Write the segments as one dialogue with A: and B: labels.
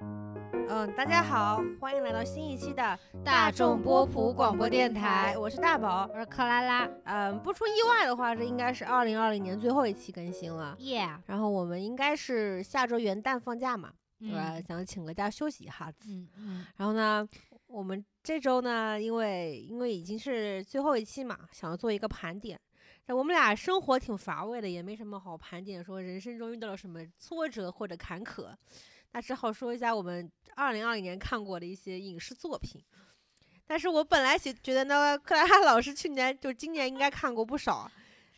A: 嗯，大家好，欢迎来到新一期的
B: 大众波普广播电台
A: 我是大宝。
B: 我是克拉拉，
A: 嗯，不出意外的话，这应该是二零二零年最后一期更新了。
B: 耶、
A: 然后我们应该是下周元旦放假嘛，对吧？
B: 嗯
A: 想请个假休息一下子。
B: 嗯嗯，
A: 然后呢，我们这周呢，因为因为已经是最后一期嘛，想要做一个盘点。但我们俩生活挺乏味的，也没什么好盘点，说人生中遇到了什么挫折或者坎坷。那只好说一下我们二零二零年看过的一些影视作品。但是我本来觉觉得呢，克拉拉老师去年就今年应该看过不少，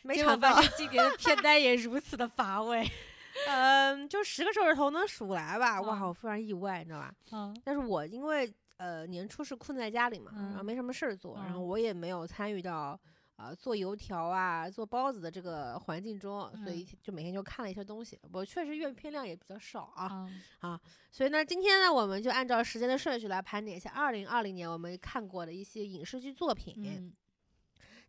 A: 没
B: 结果
A: 想到
B: 发现今年的片单也如此的乏味。
A: 嗯，就十个手指头能数过来吧？哇，
B: 嗯
A: 我非常意外，你知道吧？
B: 嗯
A: 但是我因为呃年初是困在家里嘛，然后
B: 嗯
A: 没什么事儿做，然后
B: 嗯
A: 我也没有参与到呃做油条啊、做包子的这个环境中，所
B: 嗯
A: 以就每天就看了一些东西。我确实阅片量也比较少啊，
B: 嗯
A: 所以呢，今天呢，我们就按照时间的顺序来盘点一下二零二零年我们看过的一些影视剧作品。
B: 嗯，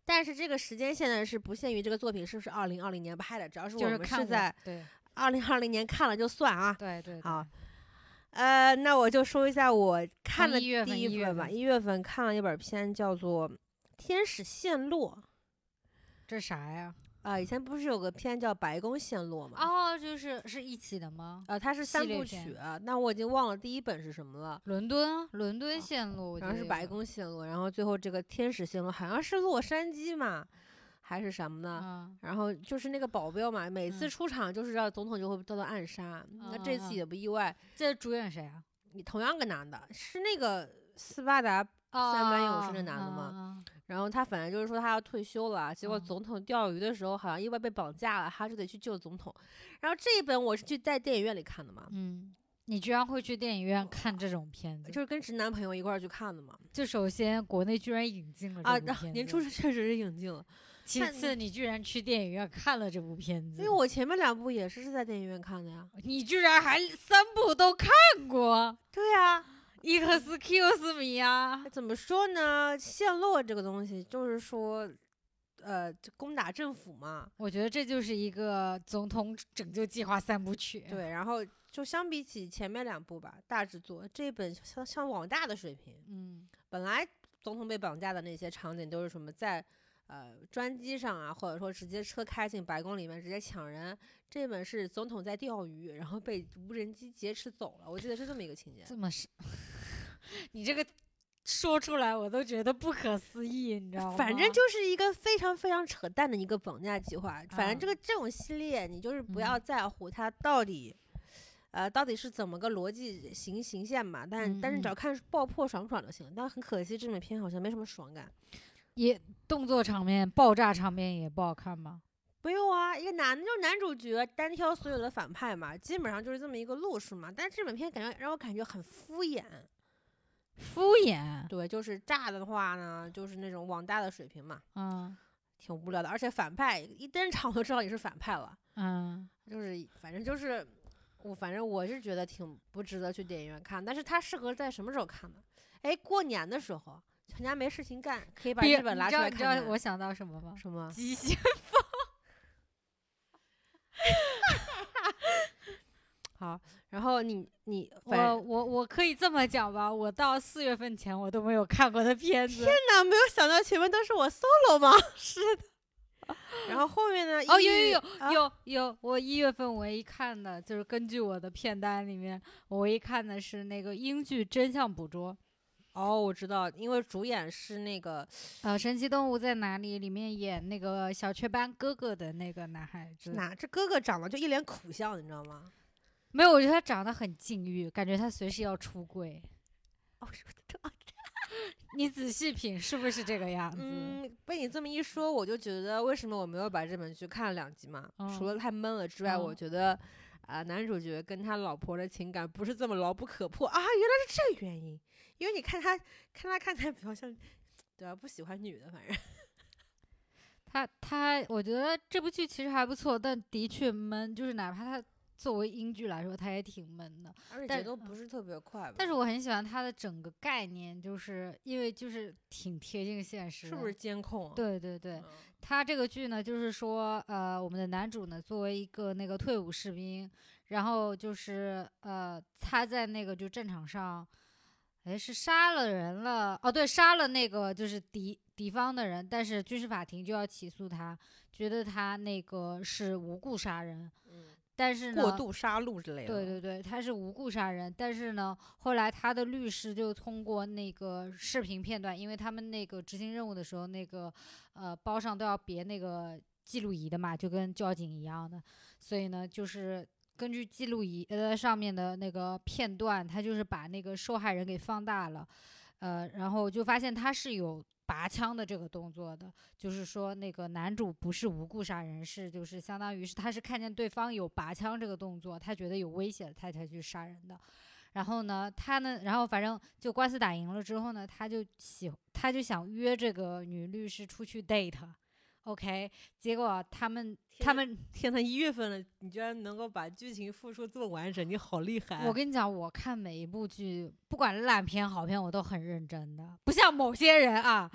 A: 但是这个时间线呢是不限于这个作品是不是二零二零年拍的，只要是我
B: 就是
A: 们
B: 看
A: 是
B: 我
A: 在
B: 对
A: 二零二零年看了就算啊。
B: 对对
A: 好，呃，那我就说一下我看
B: 从
A: 的
B: 一
A: 第
B: 月份
A: 一
B: 一月
A: 份吧。
B: 份
A: 一月份看了一本片，叫做《天使陷落》
B: 这是啥呀？
A: 啊、以前不是有个片叫《白宫陷落》吗？
B: 嗯哦，就是是一起的吗？
A: 呃，它是
B: 系
A: 三
B: 列
A: 部
B: 片
A: 曲、啊，那我已经忘了第一本是什么了。
B: 伦敦，伦敦
A: 啊
B: 线路，我
A: 然
B: 觉
A: 后
B: 得
A: 是
B: 有
A: 白
B: 个，
A: 宫陷落，然后最后这个天使陷落好像是洛杉矶嘛，还是什么呢？
B: 嗯，
A: 然后就是那个保镖嘛，每次
B: 嗯
A: 出场就是要总统就会遭到暗杀，那这
B: 嗯嗯
A: 次也不意外。
B: 这主演谁啊？
A: 你同样个男的，是那个斯巴达，
B: 哦
A: 三班勇士那男的吗
B: 吗？
A: 然后他反正就是说他要退休了，啊结果
B: 嗯
A: 总统钓鱼的时候好像意外被绑架了，他就得去救总统。然后这一本我是去在电影院里看的嘛，
B: 嗯，你居然会去电影院看这种片子？
A: 就是跟直男朋友一块儿去看的嘛。
B: 就首先国内居然引进了
A: 啊，
B: 这部片
A: 年
B: 子
A: 初是确实是引进了，
B: 其
A: 看
B: 次你居然去电影院看了这部片子，
A: 因为我前面两部也是是在电影院看的呀。
B: 你居然还三部都看过，
A: 对呀、
B: 伊克斯 Q 斯米 啊！
A: 怎么说呢？陷落这个东西就是说，呃，就攻打政府嘛。
B: 我觉得这就是一个总统拯救计划三部曲。，
A: 对，然后就相比起前面两部吧，大制作这一本像像网大的水平。
B: 嗯
A: 本来总统被绑架的那些场景都是什么在呃专机上啊，或者说直接车开进白宫里面直接抢人。这本是总统在钓鱼，然后被无人机劫持走了，我记得是这么一个情节。
B: 这么是， 你这个说出来我都觉得不可思议，你知道吗？
A: 反正就是一个非常非常扯淡的一个绑架计划。反正这
B: 啊
A: 个这种系列，你就是不
B: 嗯
A: 要在乎它到底，呃，到底是怎么个逻辑行行线嘛。但但是只
B: 嗯嗯
A: 要看爆破爽不爽就行。但很可惜，这本片好像没什么爽感。
B: 也动作场面、爆炸场面也不好看吗？
A: 没有啊，一个男的就是男主角单挑所有的反派嘛，基本上就是这么一个路数嘛。但是这本片感觉让我感觉很敷衍，
B: 敷衍，
A: 对，就是炸的话呢，就是那种网大的水平嘛，
B: 嗯
A: 挺无聊的。而且反派一登场我就知道你是反派了。
B: 嗯，
A: 就是反正就是我，反正我是觉得挺不值得去电影院看，但是它适合在什么时候看呢？哎，过年的时候，全家没事情干，可以把
B: 别
A: 这本
B: 你
A: 拿
B: 知
A: 出
B: 道
A: 来
B: 你知道
A: 看看。
B: 我想到什么 吗？
A: 什么？
B: 极限
A: 好，然后你你
B: 我
A: 我
B: 我我可以这么讲吧，我到四月份前我都没有看过的片子。
A: 哪，没有想到前面都是我 solo 吗？ 是的。然后后面呢？
B: 哦，
A: 抑
B: 有
A: 郁
B: 有
A: 啊
B: 有有有，我一月份唯一看的就是根据我的片单里面，我唯一看的是那个英剧《真相捕捉》。
A: 哦，我知道，因为主演是那个
B: 呃，《神奇动物在哪里》里面演那个小雀斑哥哥的那个男孩子，
A: 哪这哥哥长得就一脸苦相，你知道吗？
B: 没有，我觉得他长得很禁欲，感觉他随时要出柜。
A: 哦，
B: 你仔细品，是不是这个样子？
A: 嗯，被你这么一说，我就觉得为什么我没有把这本剧看了两集嘛？除
B: 嗯
A: 了太闷了之外，我
B: 嗯
A: 觉得啊、男主角跟他老婆的情感不是这么牢不可破啊，原来是这个原因。因为你看他，看他看起来比较像，对啊吧？不喜欢女的，反正
B: 他他，我觉得这部剧其实还不错，但的确闷，就是哪怕他作为英剧来说，他也挺闷的。
A: 而且
B: 但嗯
A: 节奏不是特别快吧？
B: 但是我很喜欢它的整个概念，就是因为就是挺贴近现实，
A: 是不是？监控、啊？
B: 对对对
A: 嗯，，
B: 它这个剧呢，就是说，呃，我们的男主呢，作为一个那个退伍士兵，然后就是呃，他在那个就战场上，哎是杀了人了，哦对，杀了那个就是敌敌方的人，但是军事法庭就要起诉他，觉得他那个是无故杀人，
A: 嗯，
B: 但是呢，
A: 过度杀戮之类的。
B: 对对对，他是无故杀人，但是呢，后来他的律师就通过那个视频片段，因为他们那个执行任务的时候，那个呃包上都要别那个记录仪的嘛，就跟交警一样的，所以呢，就是根据记录仪呃上面的那个片段，他就是把那个受害人给放大了，呃，然后就发现他是有。拔枪的这个动作的，就是说那个男主不是无故杀人，是就是相当于是他是看见对方有拔枪这个动作，他觉得有危险，他才去杀人的。然后呢，他呢，然后反正就官司打赢了之后呢，他就喜他就想约这个女律师出去 date，OK，、结果他们他们
A: 天呐，一月份了，你居然能够把剧情复述这么完整，你好厉害！啊
B: 我跟你讲，我看每一部剧，不管烂片好片，我都很认真的，不像某些人啊。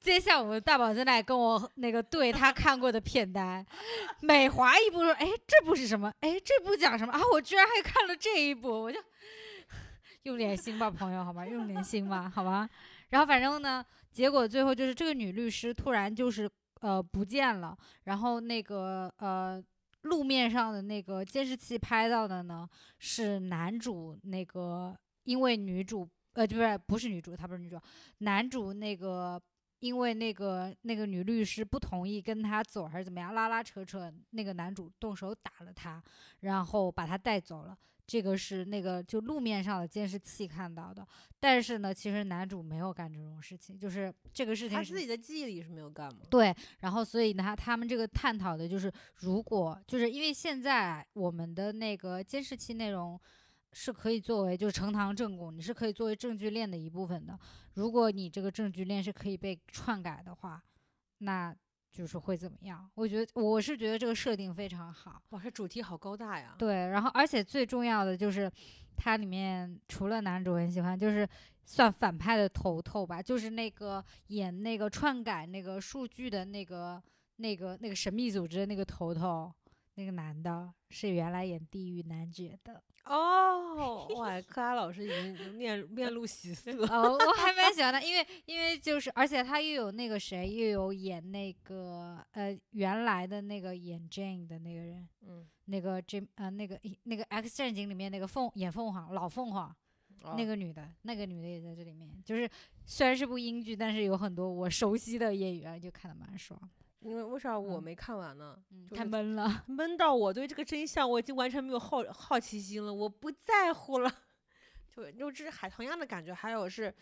B: 今天下午大宝在那里跟我那个对他看过的片单，每划一部说，哎，这部是什么？哎，这部讲什么啊？我居然还看了这一部，我就用点心吧，朋友，好吗？用点心吧，好吗？然后反正呢，结果最后就是这个女律师突然就是呃不见了，然后那个呃。路面上的那个监视器拍到的呢，是男主那个，因为女主呃，不是不是女主，她不是女主，男主那个因为那个那个女律师不同意跟他走还是怎么样，拉拉扯扯，那个男主动手打了她，然后把她带走了。这个是那个就路面上的监视器看到的，但是呢，其实男主没有干这种事情，就是这个事情
A: 他
B: 是
A: 自己的记忆里是没有干嘛？
B: 对，然后所以呢，他们这个探讨的就是，如果就是因为现在我们的那个监视器内容是可以作为就是呈堂证供，你是可以作为证据链的一部分的。如果你这个证据链是可以被篡改的话，那就是会怎么样？我觉得我是觉得这个设定非常好。
A: 哇，这主题好高大呀！
B: 对，然后而且最重要的就是，它里面除了男主很喜欢，就是算反派的头头吧，就是那个演那个篡改那个数据的那个那个那个神秘组织的那个头头，那个男的是原来演地狱男爵的。
A: 哦，哇，克拉老师已经面面露 喜色。
B: 哦，我还蛮喜欢的，因为因为就是，而且他又有那个谁，又有演那个呃原来的那个演 Jane 的那个人，
A: 嗯，
B: 那个 Jim 呃那个那个 X 战警里面那个凤演凤凰老凤凰。那
A: 个
B: 个女的，那个女的也在这里面，就是虽然是部英剧，但是有很多我熟悉的演员，就看得蛮爽。
A: 因为为啥我
B: 嗯
A: 没看完呢？
B: 嗯，
A: 就
B: 太
A: 是
B: 闷了。
A: 闷到我对这个真相我已经完全没有好好奇心了，我不在乎了。 就就这是还同样的感觉，还有是，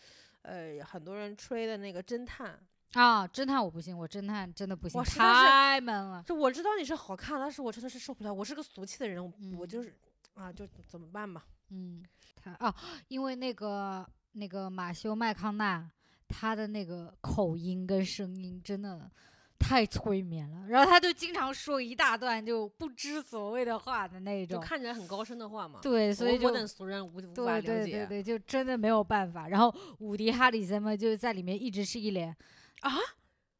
A: 呃，很多人吹的那个侦探，
B: 啊，侦探我不行，我侦探真的不行，
A: 我实在是
B: 太闷了。
A: 就我知道你是好看，但是我真的是受不了。我是个俗气的人，我我
B: 嗯
A: 就是啊，就怎么办吧？
B: 嗯，他啊，因为那个那个马修麦康纳，他的那个口音跟声音真的太催眠了，然后他就经常说一大段就不知所谓的话的那
A: 就
B: 种。
A: 看起来很高深的话嘛，
B: 对，所以
A: 我
B: 就
A: 我等俗人无无法
B: 对
A: 了
B: 对
A: 解
B: 对对，就真的没有办法。然后伍迪·哈里森嘛，就是在里面一直是一脸
A: 啊，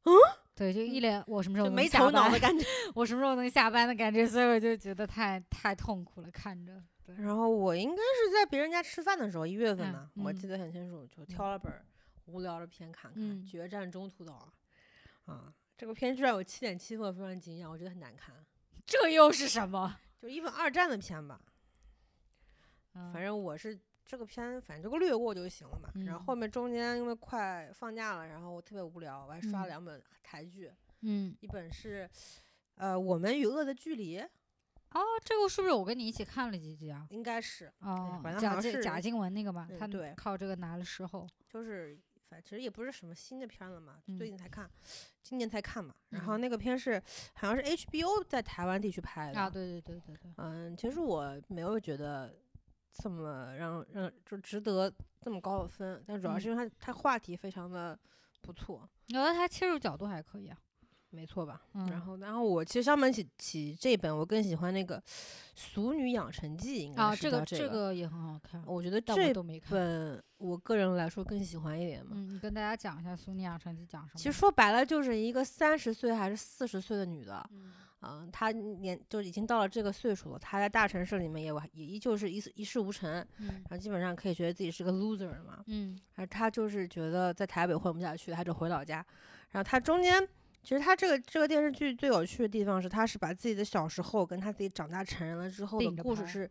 B: 嗯，对，就一脸我什么时候
A: 就
B: 能
A: 没
B: 下
A: 头脑
B: 班
A: 的感觉。
B: 我什么时候能下班的感觉，所以我就觉得太太痛苦了，看着。对，
A: 然后我应该是在别人家吃饭的时候，一月份
B: 嗯
A: 呢，我
B: 嗯
A: 记得很清楚，就挑了本儿无聊的片看看，
B: 嗯
A: 决战中途岛》啊，这个片居然有七点七分，我非常惊讶，我觉得很难看，
B: 这又是什么？
A: 就一本二战的片吧，
B: 嗯
A: 反正我是这个片，反正就略过就行了嘛。然后
B: 嗯
A: 后面中间因为快放假了，然后我特别无聊，我还刷了
B: 嗯
A: 两本台剧，
B: 嗯，
A: 一本是呃《我们与恶的距离》，
B: 哦，这个是不是我跟你一起看了几集啊？
A: 应该是
B: 哦
A: 哎反正，好
B: 贾
A: 像
B: 静
A: 是
B: 贾静雯那个嘛
A: 嗯，
B: 她
A: 对
B: 靠这个拿了视后。
A: 就是反其实也不是什么新的片儿了嘛，就最
B: 嗯
A: 近才看，今年才看嘛。然后
B: 嗯
A: 那个片是好像是 HBO 在台湾地区拍的
B: 啊，对对对对对，
A: 嗯，其实我没有觉得这么让让就值得这么高的分，但主要
B: 嗯
A: 是因为它它话题非常的不错，
B: 你觉得她切入角度还可以啊。
A: 没错吧？
B: 嗯，
A: 然后，然后我其实上面起起这本，我更喜欢那个《俗女养成记》，应该
B: 啊，
A: 是
B: 这
A: 叫
B: 个
A: 这
B: 这个也很好看，
A: 我觉得
B: 但我
A: 这
B: 都没看。
A: 本我个人来说更喜欢一点嘛。
B: 嗯，你跟大家讲一下《苏尼亚成绩》讲什么？
A: 其实，说白了，就是一个三十岁还是四十岁的女的，
B: 嗯，
A: 嗯，他年就已经到了这个岁数了，他在大城市里面也完也依旧是一事一事无成，然
B: 嗯
A: 后基本上可以觉得自己是个 loser 了嘛。
B: 嗯
A: 而他就是觉得在台北混不下去，他就回老家。然后他中间，其实他这个这个电视剧最有趣的地方是，他是把自己的小时候跟他自己长大成人了之后
B: 并
A: 的
B: 着
A: 故事
B: 拍
A: 是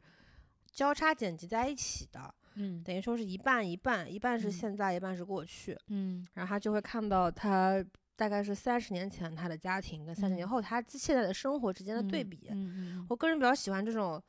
A: 交叉剪辑在一起的，
B: 嗯
A: 等于说是一半一半，一半是
B: 嗯
A: 现在，一半是过去。
B: 嗯
A: 然后他就会看到他大概是三十年前他的家庭跟三十年
B: 嗯
A: 后他现在的生活之间的对比。
B: 嗯嗯
A: 我个人比较喜欢这种，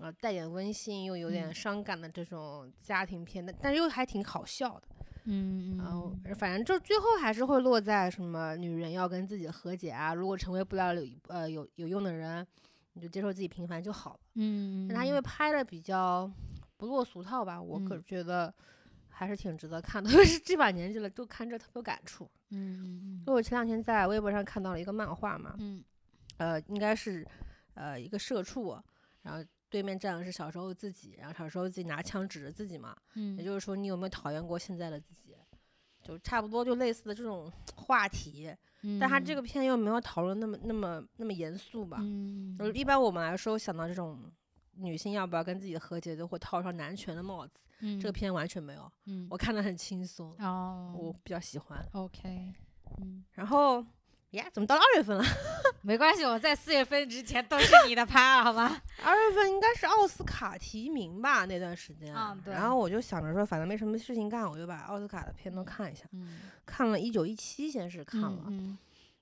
A: 呃，带点温馨又有点
B: 嗯
A: 伤感的这种家庭片，但但是又还挺好笑的。
B: 嗯
A: 然后反正就最后还是会落在什么女人要跟自己和解啊，如果成为不了有呃有有用的人，你就接受自己平凡就好了。
B: 嗯，
A: 但他因为拍的比较不落俗套吧，我个
B: 嗯
A: 觉得还是挺值得看的， 特别是这把年纪了，都看这特别有感触。
B: 嗯
A: 因为我前两天在微博上看到了一个漫画嘛，
B: 嗯
A: 呃，应该是呃一个社畜，然后对面站的是小时候自己，然后小时候自己拿枪指着自己嘛，
B: 嗯，
A: 也就是说，你有没有讨厌过现在的自己？就差不多就类似的这种话题，但他这个片又没有讨论那么那么那么严肃吧。
B: 嗯
A: 呃一般我们来说，想到这种女性要不要跟自己和解，都会套上男权的帽子。
B: 这
A: 这个片完全没有，
B: 嗯
A: 我看得很轻松，
B: 哦
A: 我比较喜欢。
B: OK 嗯
A: 然后呀，怎么到了二月份了？
B: 没关系，我在四月份之前都是你的趴，好吗？
A: 二月份应该是奥斯卡提名吧，那段时间。
B: 啊对
A: 然后我就想着说，反正没什么事情干，我就把奥斯卡的片都看一下。
B: 嗯，
A: 看了《一九一七》，先是看了。
B: 嗯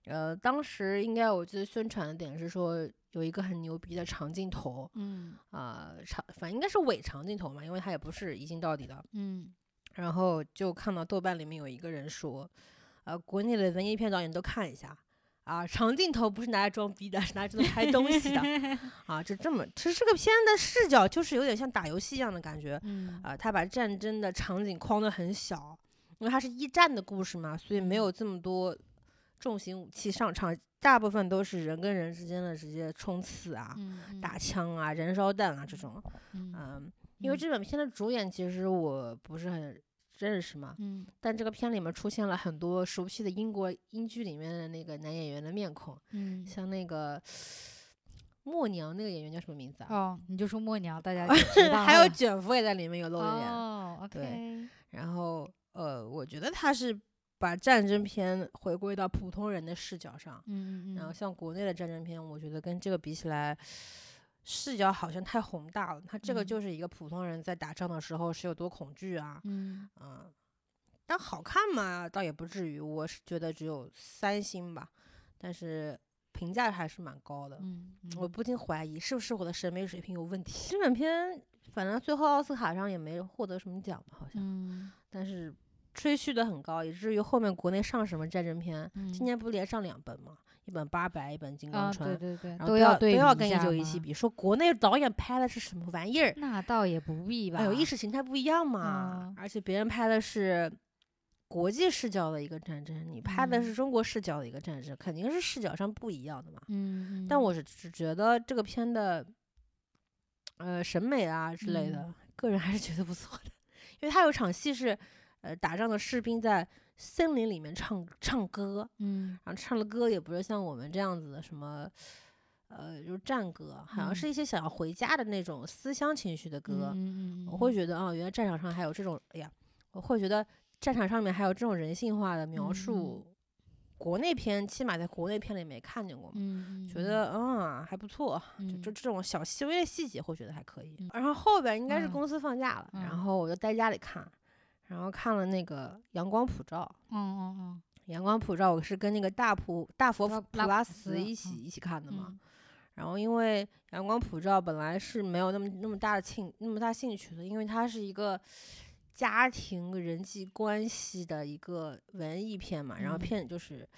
A: 呃，当时应该我记得宣传的点是说有一个很牛逼的长镜头，
B: 嗯
A: 啊，长反正应该是伪长镜头嘛，因为它也不是一镜到底的。
B: 嗯
A: 然后就看到豆瓣里面有一个人说，呃，国内的文艺片导演都看一下。啊，长镜头不是拿来装逼的，是拿来真的拍东西的啊！就这么，其实这个片的视角就是有点像打游戏一样的感觉
B: 嗯
A: 啊。他把战争的场景框得很小，因为它是一战的故事嘛，所以
B: 嗯
A: 没有这么多重型武器上场，大部分都是人跟人之间的直接冲刺啊、
B: 嗯
A: 打枪啊、燃烧弹啊这种。
B: 嗯
A: 嗯，因为这本片的主演其实我不是很认识嘛，
B: 嗯
A: 但这个片里面出现了很多熟悉的英国英剧里面的那个男演员的面孔，
B: 嗯
A: 像那个 默娘那个演员叫什么名字啊？
B: 哦，你就说默娘，大家就知 道
A: 还有
B: 了
A: 卷福也在里面有露一脸。
B: 哦，OK，
A: 然后呃，我觉得他是把战争片回归到普通人的视角上，
B: 嗯嗯
A: 然后
B: 嗯，
A: 像国内的战争片，我觉得跟这个比起来，视角好像太宏大了。他这个
B: 嗯
A: 就是一个普通人在打仗的时候是有多恐惧啊，
B: 嗯
A: 嗯，但好看嘛，倒也不至于，我是觉得只有三星吧，但是评价还是蛮高的。
B: 嗯，
A: 我不禁怀疑是不是我的审美水平有问题。这本片反正最后奥斯卡上也没获得什么奖吧，好像，
B: 嗯
A: 但是吹嘘的很高，以至于后面国内上什么战争片，
B: 嗯，
A: 今年不连上两本嘛，一本八百，一本金刚
B: 啊，
A: 川，
B: 对对对，
A: 然后都
B: 要
A: 都
B: 对
A: 要
B: 比
A: 跟一
B: 下
A: 九一
B: 嘛
A: 七，比，说国内导演拍的是什么玩意儿？
B: 那倒也不必吧，
A: 哎呦，意识形态不一样嘛，
B: 嗯
A: 而且别人拍的是国际视角的一个战争，你拍的是
B: 嗯
A: 中国视角的一个战争，肯定是视角上不一样的嘛。
B: 嗯，嗯，
A: 但我是只觉得这个片的，呃，审美啊之类的，
B: 嗯
A: 个人还是觉得不错的，因为他有场戏是，呃，打仗的士兵在森林里面唱唱歌，
B: 嗯
A: 然后唱的歌也不是像我们这样子的什么。呃，就是战歌，好像
B: 嗯
A: 是一些想要回家的那种思乡情绪的歌，
B: 嗯嗯，
A: 我会觉得啊、原来战场上还有这种，哎呀，我会觉得战场上面还有这种人性化的描
B: 嗯
A: 述。国内片起码在国内片里没看见过嘛，
B: 嗯，嗯
A: 觉得嗯还不错，就这
B: 嗯
A: 这种小细微的细节会觉得还可以
B: 嗯。
A: 然后后边应该是
B: 嗯
A: 公司放假了，
B: 嗯
A: 然后我就待家里看，然后看了那个《阳光普照》。
B: 嗯嗯
A: 《阳光普照》我是跟那个大普大佛
B: 拉
A: 普
B: 拉
A: 拉
B: 普
A: 斯
B: 斯
A: 一起
B: 嗯
A: 一起看的
B: 嗯，
A: 嘛，然后因为《阳光普照》本来是没有那么那么大的兴那么大兴趣的，因为它是一个家庭人际关系的一个文艺片嘛，然后
B: 嗯
A: 片就是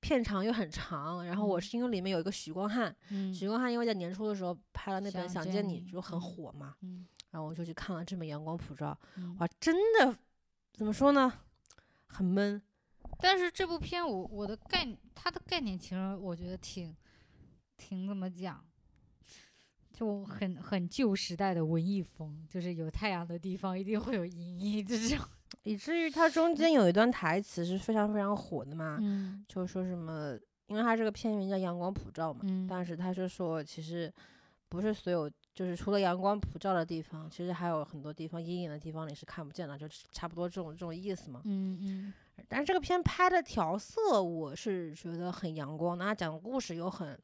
A: 片长又很长，然后我
B: 嗯
A: 是因为里面有一个许光汉，
B: 嗯
A: 许光汉因为在年初的时候拍了那本《想
B: 想见
A: 见你
B: 你》
A: 就很
B: 嗯
A: 火嘛，
B: 嗯
A: 然后我就去看了这本《阳光普照》，
B: 嗯，
A: 哇，真的怎么说呢，很闷，
B: 但是这部片我我的概它的概念其实我觉得挺挺怎么讲，就很很旧时代的文艺风，就是有太阳的地方一定会有阴影这种。
A: 以至于它中间有一段台词是非常非常火的嘛，
B: 嗯
A: 就是说什么因为它这个片名叫《阳光普照》嘛，
B: 嗯
A: 当时他是说，其实不是所有，就是除了阳光普照的地方，其实还有很多地方阴影的地方你是看不见的，就是差不多这种这种意思嘛。
B: 嗯嗯
A: 但是这个片拍的调色，我是觉得很阳光的，他讲故事又很。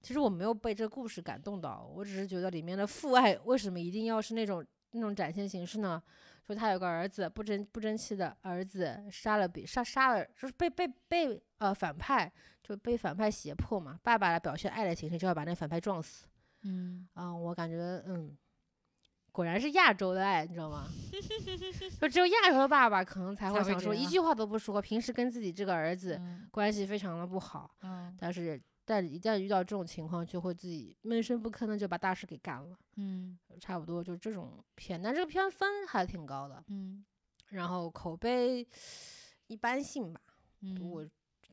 A: 其实我没有被这故事感动到，我只是觉得里面的父爱为什么一定要是那种那种展现形式呢？说他有个儿子不争不争气的儿子杀了比杀杀了，就是被被被呃反派就被反派胁迫嘛，爸爸来表现爱的形式就要把那反派撞死。
B: 嗯，
A: 啊、我感觉嗯，果然是亚洲的爱，你知道吗？ 就只有亚洲的爸爸可能才会
B: 才会
A: 想
B: 这
A: 说一
B: 样
A: 句话都不说，平时跟自己这个儿子
B: 嗯
A: 关系非常的不好，
B: 嗯
A: 但是但一旦遇到这种情况，就会自己闷声不吭的就把大事给干了，
B: 嗯
A: 差不多就这种片。但这个片分还挺高的，
B: 嗯
A: 然后口碑一般性吧，
B: 嗯，
A: 我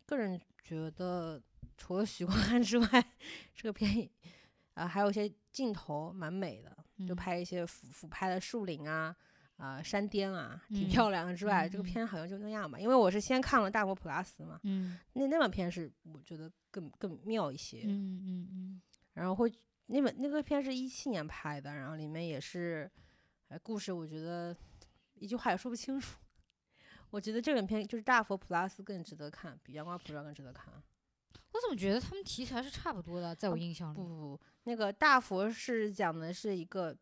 A: 个人觉得，除了许光汉之外， 这个片啊、呃还有一些镜头蛮美的，就
B: 嗯
A: 拍一些俯俯拍的树林啊、啊、山巅啊，挺
B: 嗯
A: 漂亮的。之外，这个
B: 嗯嗯
A: 片好像就那样吧。因为我是先看了《大佛普拉斯》嘛，
B: 嗯
A: 那那本片是我觉得更更妙一些，
B: 嗯嗯嗯
A: 然后会那本那个片是一七年拍的，然后里面也是，呃，故事我觉得一句话也说不清楚。 我觉得这本片就是《大佛普拉斯》更值得看，比《阳光普照》更值得看。啊
B: 我怎么觉得他们题材是差不多的，在我
A: 哦
B: 印象里。
A: 不不不，那个大佛是讲的是一个，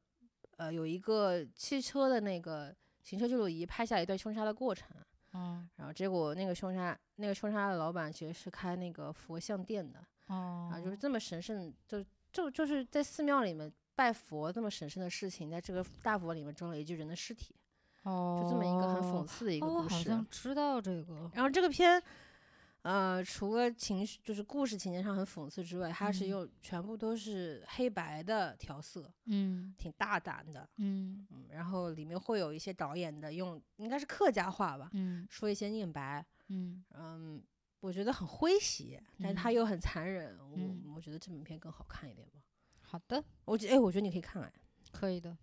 A: 呃，有一个汽车的那个行车记录仪拍下一段凶杀的过程，
B: 嗯
A: 然后结果那个凶杀那个凶杀的老板其实是开那个佛像店的，
B: 哦
A: 啊，就是这么神圣，就就就是在寺庙里面拜佛这么神圣的事情，在这个大佛里面装了一具人的尸体，
B: 哦，
A: 就这么一个很讽刺的一个
B: 哦，我
A: 故
B: 好
A: 事。
B: 像知道这个。
A: 然后这个片，呃，除了情绪就是故事情节上很讽刺之外，它是
B: 嗯
A: 用全部都是黑白的调色，
B: 嗯
A: 挺大胆的。
B: 嗯
A: 嗯，然后里面会有一些导演的用应该是客家话吧，
B: 嗯
A: 说一些念白，
B: 嗯
A: 嗯。我觉得很诙谐，但是它
B: 嗯
A: 又很残忍。
B: 嗯
A: 我我觉得这本片更好看一点吧。
B: 好的，
A: 我觉哎，我觉得你可以看哎，
B: 可以的。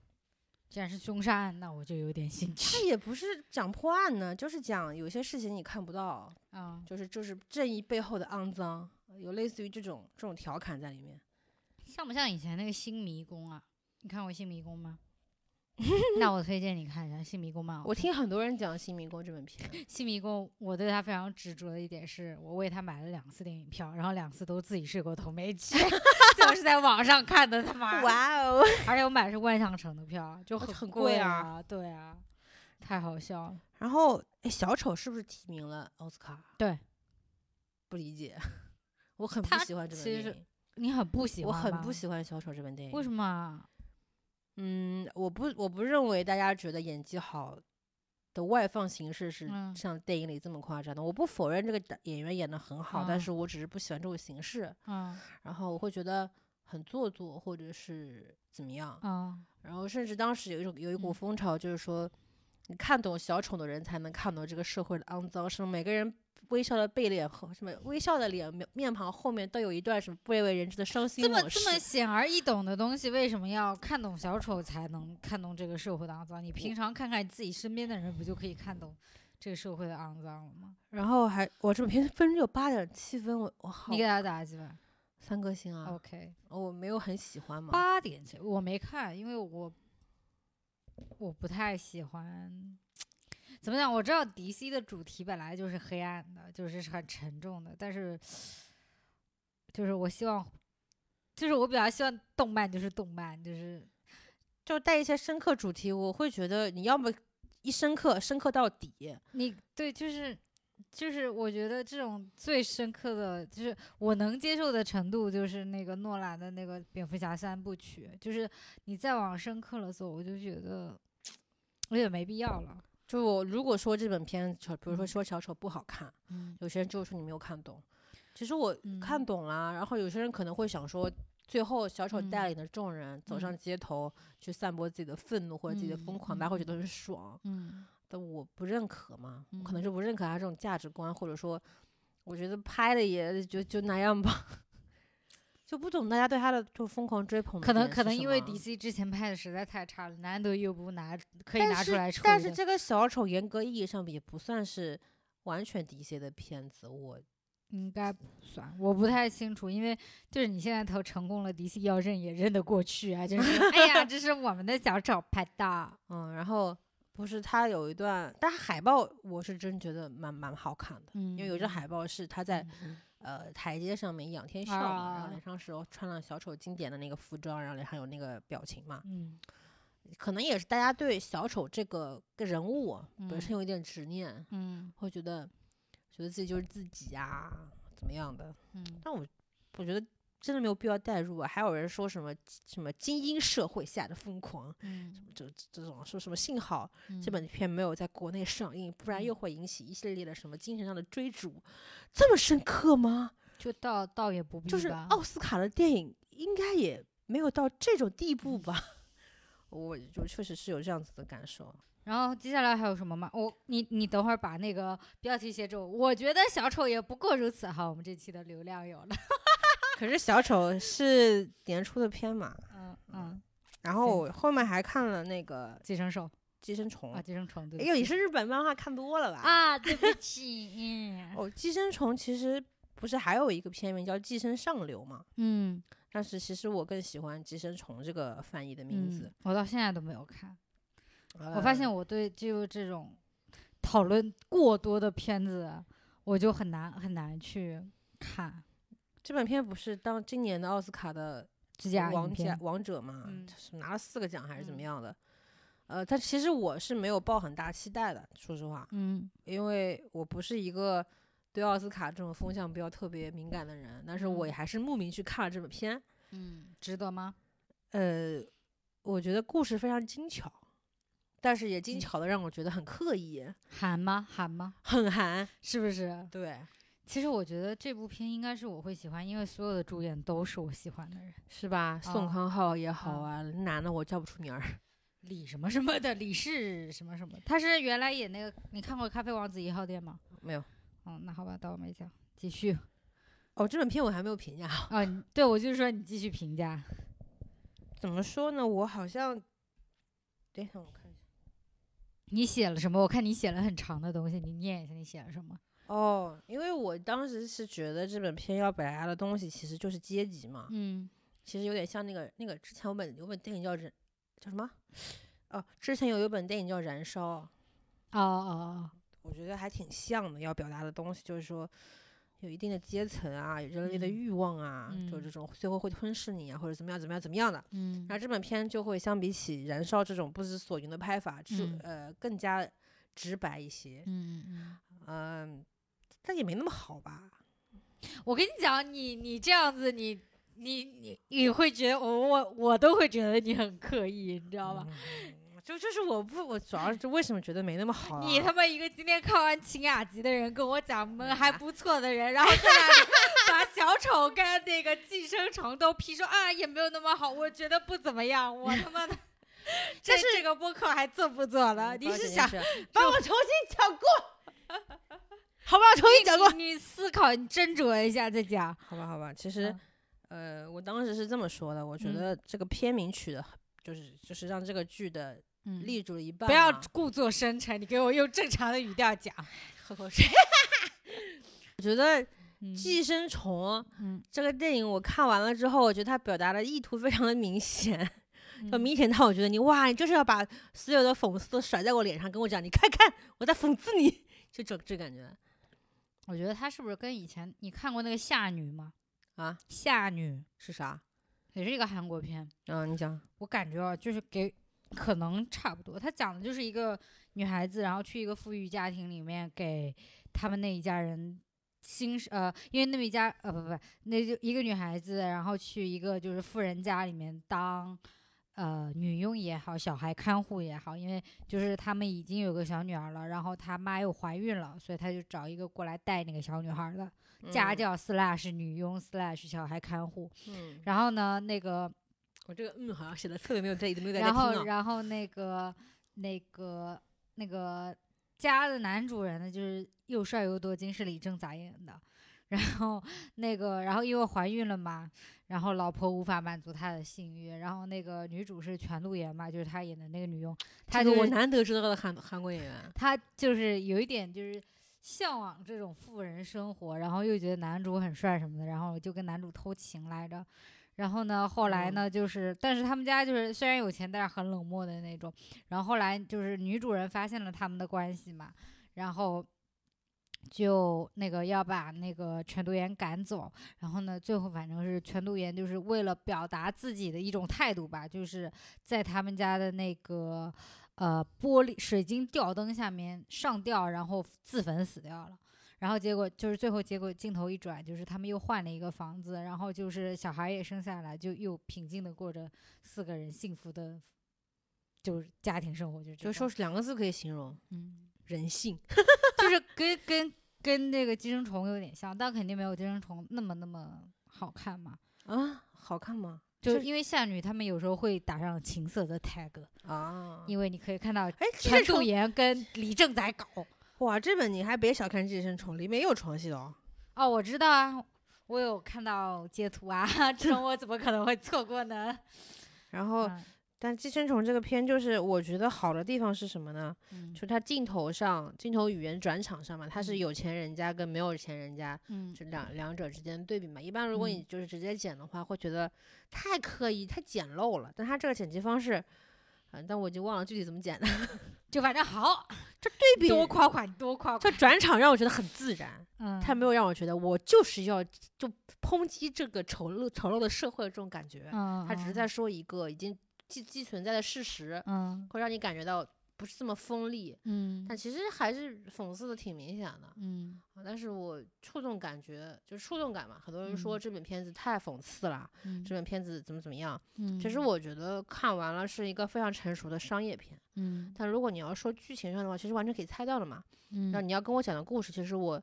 B: 既然是凶杀案，那我就有点兴
A: 它
B: 趣
A: 也不是讲破案呢，就是讲有些事情你看不到，
B: 啊。
A: 就是就是正义背后的肮脏，有类似于这种这种调侃在里面。
B: 像不像以前那个《新迷宫》啊？你看过《新迷宫》吗？ 那我推荐你看一下《新迷宫》嘛。
A: 我听很多人讲《新迷宫》这本片，
B: 《新迷宫》，我对它非常执着的一点是，我为它买了两次电影票，然后两次都自己睡过头没去， 就是在网上看的。他妈，的，
A: 哦！
B: 而且我买的是万象城的票，就
A: 哦
B: 很
A: 很贵
B: 贵
A: 啊
B: 啊，对啊，太好笑了。
A: 然后哎，小丑是不是提名了奥斯卡？
B: 对，
A: 不理解， 我很不
B: 他
A: 喜欢这本
B: 其
A: 电
B: 实
A: 影，
B: 你很不喜
A: 我
B: 欢吗，
A: 很不喜欢小丑这本电影。
B: 为什
A: 么？
B: 么啊？
A: 嗯，我不我不认为大家觉得演技好。的外放形式是
B: 嗯
A: 像电影里这么夸张的，我不否认这个演员演的很好，但
B: 嗯
A: 是我只是不喜欢这种形式。
B: 嗯
A: 然后我会觉得很做作，或者是怎么样。
B: 嗯
A: 然后甚至当时有一种有一股
B: 嗯
A: 风潮，就是说，你看懂小丑的人才能看懂这个社会的肮脏，什么每个人微笑的背脸后，什么微笑的脸面面庞后面都有一段什么不为人知的伤
B: 这
A: 心
B: 么
A: 往事
B: 这。么显而易懂的东西，为什么要看懂小丑才能看懂这个社会的肮脏？你平常看看自己身边的人，不就可以看懂这个社会的肮脏了吗？
A: 然后还我这本片分只有八点七分，我我好啊
B: 你给他打几分
A: 三颗星啊，
B: ？OK，
A: 我没有很喜欢嘛。
B: 八点七，我没看，因为我我不太喜欢。怎么讲？我知道 DC 的主题本来就是黑暗的，就是是很沉重的，但是就是我希望，就是我比较希望动漫就是动漫，就是
A: 就带一些深刻主题，我会觉得你要么一深刻深刻到底，
B: 你对，就是就是，我觉得这种最深刻的，就是我能接受的程度，就是那个诺兰的那个蝙蝠侠三部曲，就是你再往深刻了走，我就觉得我也没必要了。
A: 就我如果说这本片小，比如说
B: 嗯
A: 说小丑不好看，
B: 嗯
A: 有些人就会说你没有看懂。其实我看
B: 嗯
A: 懂了，然后有些人可能会想说，最后小丑带
B: 嗯
A: 领的众人走
B: 嗯
A: 上街头去散播自己的愤怒或者自己的疯
B: 嗯
A: 狂，大家会觉
B: 嗯
A: 得很爽。
B: 嗯
A: 但我不认可嘛，我可能
B: 嗯
A: 是不认可他这种价值观，或者说，我觉得拍的也就就那样吧， 就不懂大家对他的就疯狂追捧的
B: 可能
A: 点
B: 可
A: 是
B: 能
A: 什
B: 因为
A: 么
B: DC 之前拍的实在太差了，难得又不拿可以
A: 但
B: 拿出
A: 是
B: 来吹
A: 但是
B: 的
A: 这个小丑严格意义上也不算是完全 DC 的片子，我
B: 应该不算，我不太清楚，因为就是你现在投成功了，DC 要认也认得过去啊，就是 哎呀，这是我们的小丑拍的，
A: 嗯，然后不是他有一段，但海报我是真觉得蛮蛮好看的，
B: 嗯，
A: 因为有一张海报是他在
B: 嗯嗯
A: 呃台阶上面仰天笑嘛，然后
B: 啊
A: 脸上是有穿了小丑经典的那个服装，然后脸上有那个表情嘛，
B: 嗯
A: 可能也是大家对小丑这个个人物本
B: 嗯
A: 身有一点执念，
B: 嗯
A: 会觉得觉得自己就是自己啊，怎么样的？
B: 嗯，
A: 但我我觉得真的没有必要代入啊。还有人说什么什么精英社会下的疯狂，
B: 嗯
A: 这这种说什么幸好
B: 嗯
A: 这本片没有在国内上映，不然
B: 嗯
A: 又会引起一系列的什么精神上的追逐。这么深刻吗？
B: 就倒倒也不必
A: 就是哦
B: 吧
A: 奥斯卡的电影应该也没有到这种地步 吧？我就确实是有这样子的感受。
B: 然后接下来还有什么吗？我、你你等会儿把那个标题写住。我觉得小丑也不过如此。好，我们这期的流量有了。
A: 可是小丑是年初的片嘛，
B: 嗯嗯，
A: 然后
B: 行
A: 我后面还看了那个
B: 寄生兽
A: 寄生虫
B: 啊，。寄生虫对
A: 哎
B: 不
A: 呦，你
B: 起。
A: 是日本漫画看多了吧？
B: 啊，对不起。嗯
A: 哦，寄生虫其实不是还有一个片名叫《寄生上流》嘛？
B: 嗯，
A: 但是其实我更喜欢《寄生虫》这个翻译的名字
B: 嗯。我到现在都没有看。我
A: 呃
B: 发嗯现我对就这种讨论过多的片子，我就很难很难去看
A: 这本片不是当今年的奥斯卡的
B: 最佳影
A: 王家
B: 片。
A: 王者嘛，
B: 嗯
A: 是拿了四个奖还是怎么
B: 嗯
A: 样的？呃，但其实我是没有抱很大期待的，说实话，
B: 嗯
A: 因为我不是一个对奥斯卡这种风向标特别敏感的人，但是我也
B: 嗯
A: 还是慕名去看了这本片。
B: 嗯，值得吗？
A: 呃，我觉得故事非常精巧，但是也精
B: 嗯
A: 巧的让我觉得很刻意，
B: 喊吗？喊吗？
A: 很韩。
B: 是不是？
A: 对，
B: 其实我觉得这部片应该是我会喜欢，因为所有的主演都是我喜欢的人，
A: 是吧？宋
B: 啊
A: 康昊也好
B: 啊
A: 啊，男的我叫不出名儿。
B: 李什么什么的，李氏什么什么，他是原来演那个，你看过《咖啡王子一号店》吗？
A: 没有
B: 哦，那好吧，当我没讲。继续
A: 哦，这本片我还没有评价。
B: 啊、你对我就是说你继续评价。
A: 怎么说呢？我好像，等一下我看一下。
B: 你写了什么？我看你写了很长的东西，你念一下你写了什么？
A: 哦，因为我当时是觉得这本片要表达的东西其实就是阶级嘛，
B: 嗯
A: 其实有点像那个那个之前有本有本电影叫《燃》，叫什么？哦，之前有一本电影叫《燃烧》，
B: 哦哦
A: 我觉得还挺像的，要表达的东西就是说，有一定的阶层啊，有人类的
B: 嗯
A: 欲望啊，就
B: 嗯
A: 这种最后会吞噬你啊，或者怎么样怎么样怎么样的。
B: 嗯
A: 那这本片就会相比起《燃烧》这种不知所云的拍法，就、
B: 嗯
A: 呃更加直白一些，
B: 嗯嗯，
A: 嗯，但也没那么好吧？
B: 我跟你讲，你你这样子，你你你你会觉得我我我都会觉得你很刻意，你知道吧？
A: 嗯就就是我不，我主要是为什么觉得没那么好、啊？
B: 你他妈一个今天看完《秦雅集》的人跟我讲
A: 嗯
B: 我们还不错的人，然后在 那里把小丑跟那个寄生虫都批说啊也没有那么好，我觉得不怎 么样，我他妈的。这
A: 是
B: 这个播客还做不做了？
A: 嗯
B: 你
A: 高
B: 是
A: 姐姐
B: 想
A: 帮我重新讲 过，好吧，我重新讲过。
B: 你你思考，你斟酌一下再讲。
A: 好吧，好吧，其实，呃，我当时是这么说的，我觉
B: 嗯
A: 得这个片名取的，就是就是让这个剧的
B: 嗯
A: 立住了一半、
B: 不要故作深沉，你给我用正常的语调 讲。
A: 喝口水。我觉得《
B: 嗯
A: 寄生虫》
B: 嗯，
A: 这个电影我看完了之后，我觉得它表达的意图非常的明显，就
B: 嗯
A: 明显到我觉得你哇，你就是要把所有的讽刺都甩在我脸上，跟我讲，你看看我在讽刺你， 就这这感觉
B: 我觉得他是不是跟以前你看过那个《夏女》吗？
A: 啊，
B: 《夏女》
A: 是啥？
B: 也是一个韩国片，
A: 嗯，你讲，
B: 我感觉啊，就是给可能差不多。他讲的就是一个女孩子，然后去一个富裕家庭里面，给他们那一家人新呃，因为那么一家呃不不，那就一个女孩子，然后去一个就是富人家里面当。呃，女佣也好，小孩看护也好，因为就是他们已经有个小女儿了，然后他妈又怀孕了，所以他就找一个过来带那个小女孩的
A: 嗯
B: 家教 slash 女佣 slash 小孩看护。
A: 嗯，嗯，
B: 然后呢，那个
A: 我这个嗯好像写的特别没有在意，没有在
B: 然
A: 听
B: 后，
A: 啊
B: 然后那个那个那个家的男主人呢，就是又帅又多金，是李正宰演的。然后那个，然后因为怀孕了嘛，然后老婆无法满足他的性欲，然后那个女主是全度妍嘛，就是她演的那个女佣，她
A: 这
B: 就
A: 个我
B: 是
A: 难得知道的韩韩国演员，
B: 她就是有一点就是向往这种富人生活，然后又觉得男主很帅什么的，然后就跟男主偷情来着。然后呢，后来呢，就是，但是他们家就是虽然有钱，但是很冷漠的那种。然后后来就是女主人发现了他们的关系嘛，然后就那个要把那个全度妍赶走。然后呢，最后反正是全度妍就是为了表达自己的一种态度吧，就是在他们家的那个呃玻璃水晶吊灯下面上吊，然后自焚死掉了。然后结果就是最后结果镜头一转，就是他们又换了一个房子，然后就是小孩也生下来，就又平静的过着四个人幸福的，就是家庭生活，就这
A: 就
B: 种
A: 说是两个字可以形容
B: 嗯，
A: 人性。
B: 就是跟跟跟那个寄生虫有点像，但肯定没有寄生虫那么那么好看嘛。
A: 啊，好看吗？
B: 就是
A: 是
B: 因为夏女他们有时候会打上情色的 tag，
A: 啊，
B: 因为你可以看到
A: 哎，寄
B: 陈
A: 生
B: 度
A: 虫
B: 妍跟李正宰搞。
A: 哇，这本你还别小看寄生虫，里面也有床戏的哦。
B: 哦，我知道啊，我有看到截图啊， 这种我怎么可能会错过呢？
A: 然后，
B: 嗯
A: 但寄生虫这个片就是我觉得好的地方是什么呢？
B: 嗯
A: 就它镜头上、镜头语言转场上嘛，它
B: 嗯
A: 是有钱人家跟没有钱人家
B: 嗯
A: 就两两者之间对比嘛。一般如果你
B: 嗯
A: 就是直接剪的话，会觉得太刻意、太简陋了。但它这个剪辑方式，嗯、但我已经忘了具体怎么剪的。
B: 就反正好，
A: 对 比
B: 多夸夸，多夸
A: 这
B: 夸，
A: 转场让我觉得很自然，
B: 嗯，
A: 它没有让我觉得我就是要就抨击这个丑陋丑陋的社会这种感觉。
B: 嗯，嗯，
A: 他只是在说一个已经既既存在的事实，
B: 嗯，
A: 会让你感觉到不是这么锋利，
B: 嗯
A: 但
B: 嗯
A: 其实还是讽刺的挺明显的。
B: 嗯
A: 啊但是我触动感觉就是触动感嘛，很多人说
B: 嗯
A: 这本片子太讽刺了，
B: 嗯，
A: 这本片子怎么怎么样。
B: 嗯
A: 其实我觉得看完了是一个非常成熟的商业片，
B: 嗯
A: 但如果你要说剧情上的话，其实完全可以猜到了嘛。
B: 嗯，
A: 那你要跟我讲的故事，其实我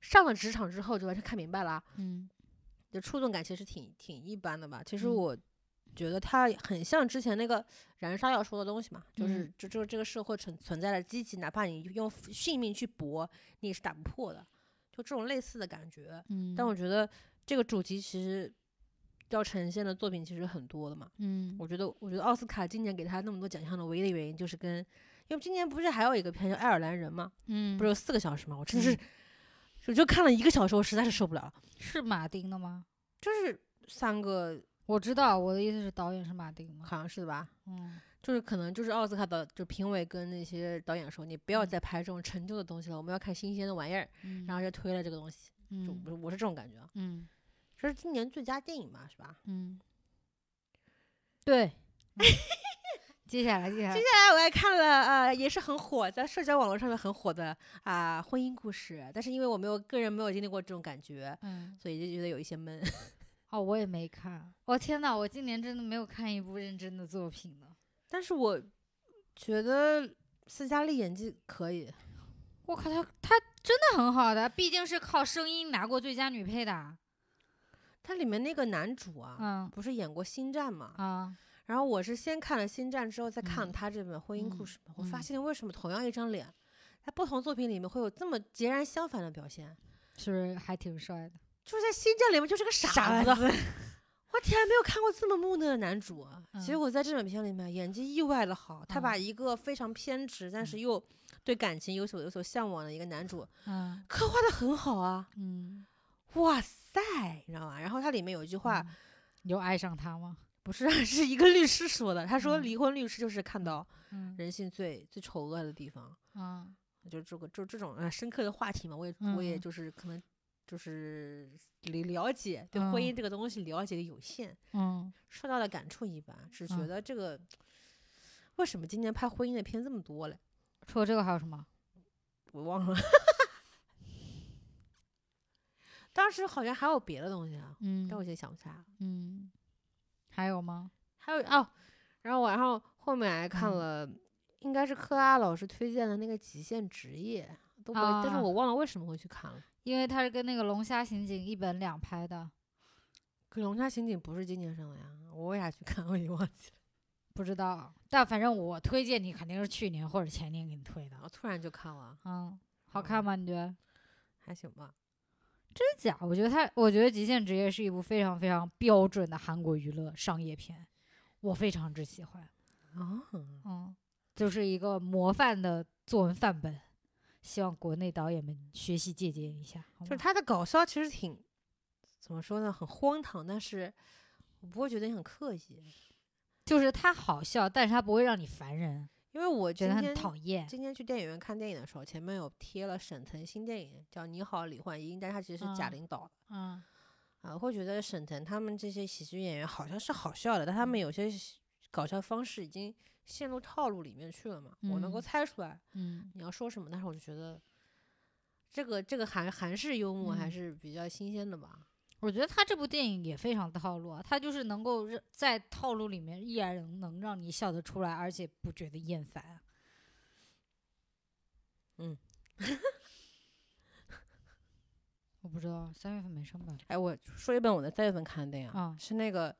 A: 上了职场之后就完全看明白了。
B: 嗯
A: 就触动感其实挺挺一般的吧。其实
B: 嗯
A: 我觉得它很像之前那个燃烧要说的东西嘛，就是
B: 嗯
A: 就就这个社会存存在的积极，哪怕你用性命去搏，你也是打不破的，就这种类似的感觉。
B: 嗯，
A: 但我觉得这个主题其实要呈现的作品其实很多的嘛。
B: 嗯
A: 我觉得，我觉得奥斯卡今年给他那么多奖项的唯一的原因就是跟，因为今年不是还有一个片叫《爱尔兰人》嘛，
B: 嗯
A: 不是有四个小时嘛，我真是
B: 嗯，
A: 我就看了一个小时，我实在是受不了了，
B: 是马丁的吗？
A: 就是三个
B: 我知道，我的意思是导演是马丁吗？
A: 好像是吧？
B: 嗯
A: 就是可能就是奥斯卡的，就评委跟那些导演说，你不要
B: 嗯
A: 再拍这种陈旧的东西了，我们要看新鲜的玩意儿，
B: 嗯，
A: 然后就推了这个东西，就
B: 嗯
A: 我我是这种感觉啊。
B: 嗯
A: 这是今年最佳电影嘛，是吧？
B: 嗯，对，嗯接下来接下来，
A: 接下来我还看了呃，也是很火，在社交网络上面很火的啊、婚姻故事，但是因为我没有个人没有经历过这种感觉，
B: 嗯，
A: 所以就觉得有一些闷。
B: 哦，我也没看，我、天呐，我今年真的没有看一部认真的作品呢。
A: 但是我觉得斯嘉丽演技可以，
B: 我靠，她她真的很好的，毕竟是靠声音拿过最佳女配的。啊
A: 她里面那个男主啊，
B: 嗯
A: 不是演过《星战》嘛？
B: 啊，
A: 然后我是先看了《星战》之后，再看
B: 嗯
A: 了他这本《婚姻故
B: 嗯
A: 事》嘛，我发
B: 嗯
A: 现为什么同样一张脸，在不同作品里面会有这么截然相反的表现？
B: 是不是还挺帅的？
A: 就是在《星战》里面就是个傻子，我天，没有看过这么木讷的男主啊！结
B: 嗯
A: 果在这本片里面演技意外的好，他把
B: 嗯
A: 一个非常偏执，但是又对感情有所有所向往的一个男主
B: 嗯
A: 刻画的很好啊！
B: 嗯，
A: 哇塞，你知道吗？然后它里面有一句话，
B: 嗯有爱上他吗？
A: 不 是是一个律师说的，他说
B: 嗯
A: 离婚律师就是看到
B: 嗯
A: 人性最最丑恶的地方。
B: 啊
A: 就这个就这种呃深刻的话题嘛，我也、我也
B: 嗯
A: 就是可能就是了了解对婚姻
B: 嗯
A: 这个东西了解的有限，
B: 嗯
A: 受到的感触一般，只觉
B: 嗯
A: 得这个、为什么今年拍婚姻的片这么多嘞？
B: 除了这个还有什么？
A: 我忘了。 当时好像还有别的东西啊，
B: 嗯
A: 但我现在想不起来了。
B: 嗯，还有吗？
A: 还有哦，然后我然后后面还看
B: 嗯
A: 了，应该是克拉老师推荐的那个《极限职业》，都我、但是
B: 啊
A: 我忘了为什么会去看了。
B: 因为他是跟那个《龙虾刑警》一本两拍的，
A: 可龙虾刑警不是今年上的呀，我为啥去看？我已经忘记了，
B: 不知道，但反正我推荐你肯定是去年或者前年给你推的
A: 然。后突然就看了，
B: 嗯，好看吗？你觉得？
A: 还行吧。
B: 真假？我觉得他，我觉得《极限职业》是一部非常非常标准的韩国娱乐商业片，我非常之喜欢。
A: 啊，
B: 嗯，就是一个模范的作文范本，希望国内导演们学习借鉴一下。好
A: 就是
B: 吗
A: 他的搞笑其实挺怎么说呢，很荒唐，但是我不会觉得你很刻意，
B: 就是他好笑，但是他不会让你烦人，
A: 因为我
B: 觉
A: 今
B: 得
A: 天
B: 很讨厌。
A: 今天去电影院看电影的时候，前面有贴了沈腾新电影叫《你好，李焕英》，但是他其实是贾
B: 嗯
A: 玲导的。
B: 嗯，
A: 啊，会觉得沈腾他们这些喜剧演员好像是好笑的，但他们有些喜搞笑方式已经陷入套路里面去了嘛。我能够
B: 嗯
A: 猜出来
B: 嗯，
A: 你要说什么，但是我就觉得这个这个韩韩式幽默还
B: 嗯
A: 是比较新鲜的吧。
B: 我觉得他这部电影也非常套路啊，他就是能够让在套路里面依然能能让你笑得出来，而且不觉得厌烦啊。
A: 嗯，
B: 我不知道，三月份没上吧？
A: 哎，我说一本我在三月份看的电影啊，
B: 啊
A: 是那个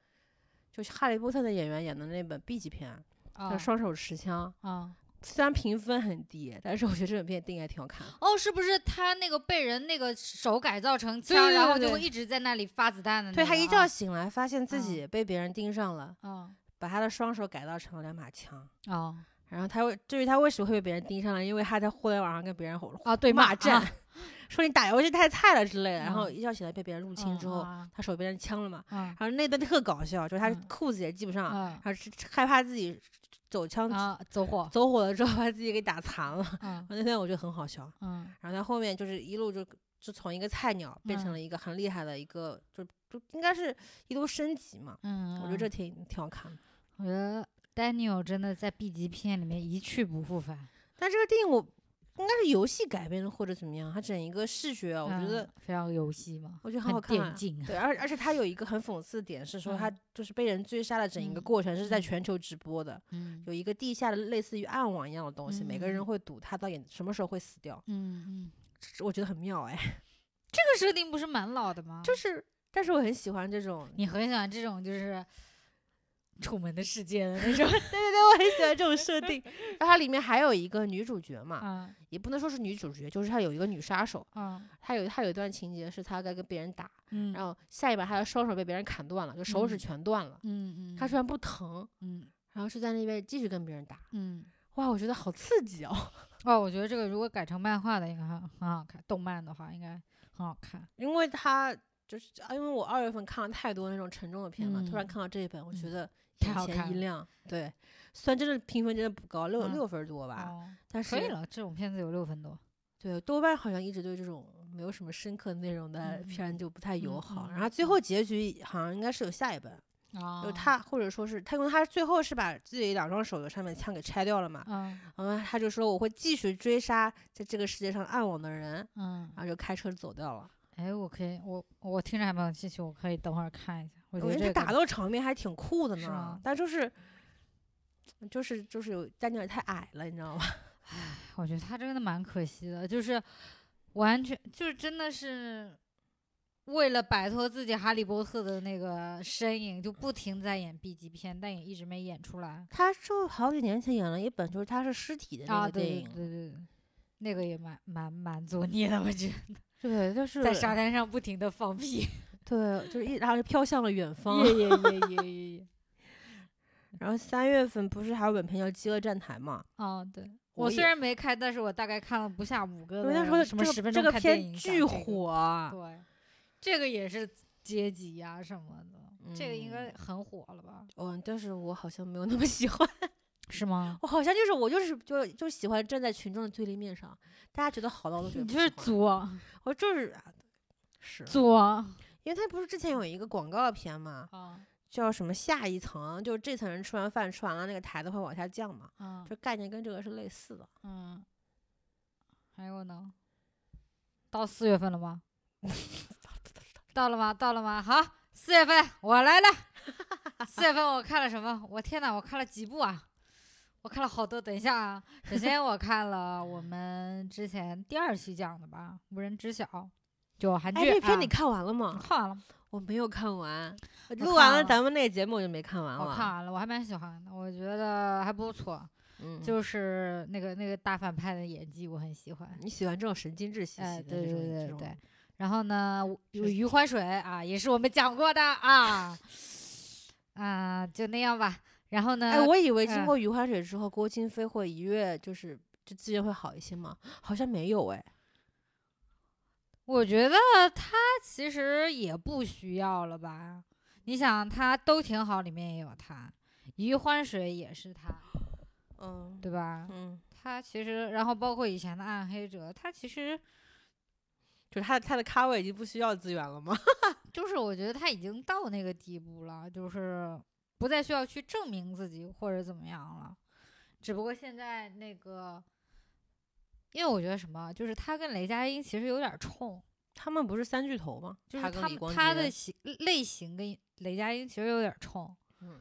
A: 就是《哈利波特》的演员演的那本 B 级片啊，叫
B: 啊
A: 《双手持枪》。
B: 啊
A: 虽然评分很低，但是我觉得这本片电影还挺好看的。
B: 哦，是不是他那个被人那个手改造成枪，
A: 对对
B: 然后
A: 对
B: 就
A: 对
B: 会一直在那里发子弹的那个
A: 对
B: 啊？
A: 他一觉醒来，发现自
B: 啊
A: 己被别人盯上了，
B: 啊
A: 把他的双手改造成了两把枪。
B: 哦
A: 然后他为至于他为什么会被别人盯上了，因为他在互联网上跟别人吼
B: 啊对
A: 骂
B: 啊
A: 战， 说你打游戏太菜了之类的。然后
B: 嗯
A: 一觉醒来被别人入侵之后，
B: 啊
A: 他手被人枪了嘛。
B: 啊
A: 然后那段特搞笑，就是他
B: 嗯
A: 裤子也系不上，
B: 啊
A: 然后是害怕自己走枪、
B: 啊走 火
A: 走火了之后把自己给打残了。
B: 啊
A: 那段我觉得很好笑。
B: 嗯
A: 然后他后面就是一路就就从一个菜鸟变成
B: 嗯
A: 了一个很厉害的一个，就就应该是一路升级嘛。
B: 嗯，
A: 我觉得这
B: 嗯
A: 挺挺好看的。
B: 我觉得 Daniel 真的在 B 级片里面一去不复返，
A: 但这个电影我应该是游戏改编的或者怎么样，它整一个视觉啊，我觉
B: 嗯
A: 得、
B: 非常游戏嘛，
A: 我觉得很好
B: 很
A: 看
B: 电
A: 啊。
B: 竞，
A: 对，而而且它有一个很讽刺的点是说，它
B: 嗯
A: 就是被人追杀的整一个
B: 嗯
A: 过程是在
B: 嗯
A: 全球直播的，
B: 嗯
A: 有一个地下的类似于暗网一样的东西，每个
B: 嗯
A: 人
B: 嗯
A: 会赌他到底什么时候会死掉，
B: 嗯嗯，
A: 这我觉得很妙哎。
B: 这个设定不是蛮老的吗？
A: 就是， 但是我很喜欢这种，
B: 你很喜欢这种就是楚门的世界的那
A: 对
B: 种
A: 对对，我很喜欢这种设定。 然后它里面还有一个女主角嘛，
B: 啊
A: 也不能说是女主角，就是她有一个女杀手，
B: 啊
A: 她有她有一段情节是她在跟别人打，
B: 嗯
A: 然后下一把他的双手被别人砍断了，就手指
B: 嗯
A: 全断了。
B: 嗯嗯，
A: 他虽然不疼，
B: 嗯
A: 然后是在那边继续跟别人打。
B: 嗯。
A: 哇，我觉得好刺激哦！
B: 哦，我觉得这个如果改成漫画的，应该很很好看；动漫的话，应该很好看。
A: 因为他就是啊，因为我二月份看了太多那种沉重的片了，突然
B: 嗯
A: 看到这一本，我觉
B: 嗯
A: 得
B: 太
A: 眼
B: 好看
A: 前一
B: 了
A: 亮。对，虽然真的评分真的不高，六、
B: 嗯
A: 六分儿多吧，
B: 哦，
A: 但是
B: 可以了，这种片子有六分多。
A: 对豆瓣好像一直对这种没有什么深刻内容的
B: 嗯
A: 片就不太友
B: 嗯
A: 好。
B: 嗯
A: 然后最后结局好像应该是有下一本，
B: 啊
A: 就他或者说是他，因为他最后是把自己两双手的上面枪给拆掉了嘛，
B: 嗯
A: 然后他就说我会继续追杀在这个世界上暗网的人，
B: 嗯，
A: 然后就开车走掉了。
B: 哎，我可以，我我听着还蛮有兴趣，我可以等会儿看一下。我
A: 我
B: 觉
A: 觉
B: 得
A: 得
B: 这
A: 他
B: 个
A: 打斗场面还挺酷的
B: 是
A: 呢
B: 吗，
A: 但就是啊就是就是有丹尼尔太矮了，你知道吗？
B: 我觉得他真的蛮可惜的，就是完全就是真的是为了摆脱自己哈利波特的那个身影，就不停在演 B 级片，但也一直没演出来。
A: 他就好几年前演了一本，就是他是尸体的那
B: 啊，
A: 个电
B: 对
A: 影，
B: 对对对对，那个也蛮蛮蛮作孽的，我觉得
A: 对，就是
B: 在沙滩上不停的 放屁。
A: 对，就是一然后就飘向了远方。
B: 耶耶耶耶 耶！
A: 然后三月份不是还有本片叫《饥饿站台》嘛？
B: 哦，对。
A: 我
B: 我虽
A: 也
B: 然没看，但是我大概看了不下五个
A: 因
B: 的
A: 为那时候
B: 什么
A: 这
B: 十
A: 个
B: 分
A: 这个
B: 钟看电
A: 片
B: 影，
A: 巨。火啊，
B: 对，这个也是阶级呀、什么的，这个应该
A: 嗯
B: 很火了吧？
A: 嗯，但是我好像没有那么喜欢。
B: 是吗？
A: 我好像就是我就是就就喜欢站在群众的对立面上，大家觉得好的我都觉得
B: 你
A: 不
B: 就是
A: 喜欢
B: 作
A: 我就是啊是，
B: 作
A: 因为他不是之前有一个广告片嘛，
B: 啊
A: 叫什么下一层，就是这层人吃完饭吃完了，那个台子会往下降嘛，
B: 啊
A: 就概念跟这个是类似的。
B: 嗯，还有呢？到四月份了吗？ 到了吗？到了吗？好，四月份我来了。四月份我看了什么？我天哪，我看了几部啊！我看了好多。等一下啊，首先我看了我们之前第二期讲的吧，《无人知晓》，就韩剧啊。
A: 哎，这片你看完了
B: 我
A: 吗？
B: 看完了吗，
A: 我没有看完，我
B: 看
A: 录完了
B: 了
A: 咱们那个节目我就没看完了。
B: 我看完了，我还蛮喜欢的，我觉得还不错，
A: 嗯，
B: 就是那个那个大反派的演技我很喜欢。
A: 你喜欢这种神经质兮
B: 哎，
A: 兮的这
B: 对对
A: 种
B: 对
A: 这
B: 对
A: 种
B: 对。然后呢，我有
A: 是
B: 余欢水啊，也是我们讲过的啊，啊，就那样吧。然后呢，
A: 哎，我以为经
B: 嗯
A: 过余欢水之后，郭京飞会一跃就是。这资源会好一些吗？好像没有哎。
B: 我觉得他其实也不需要了吧？你想，他都挺好，里面也有他，一遇欢水也是他，
A: 嗯，
B: 对吧？
A: 嗯，
B: 他其实，然后包括以前的暗黑者，他其实
A: 就是他的他的咖位已经不需要资源了吗？
B: 就是我觉得他已经到那个地步了，就是不再需要去证明自己或者怎么样了。只不过现在那个，因为我觉得什么，就是他跟雷佳音其实有点冲，
A: 他们不是三巨头吗？
B: 就是
A: 他
B: 他
A: 跟李
B: 们
A: 光洁
B: 他的型类型跟雷佳音其实有点冲。
A: 嗯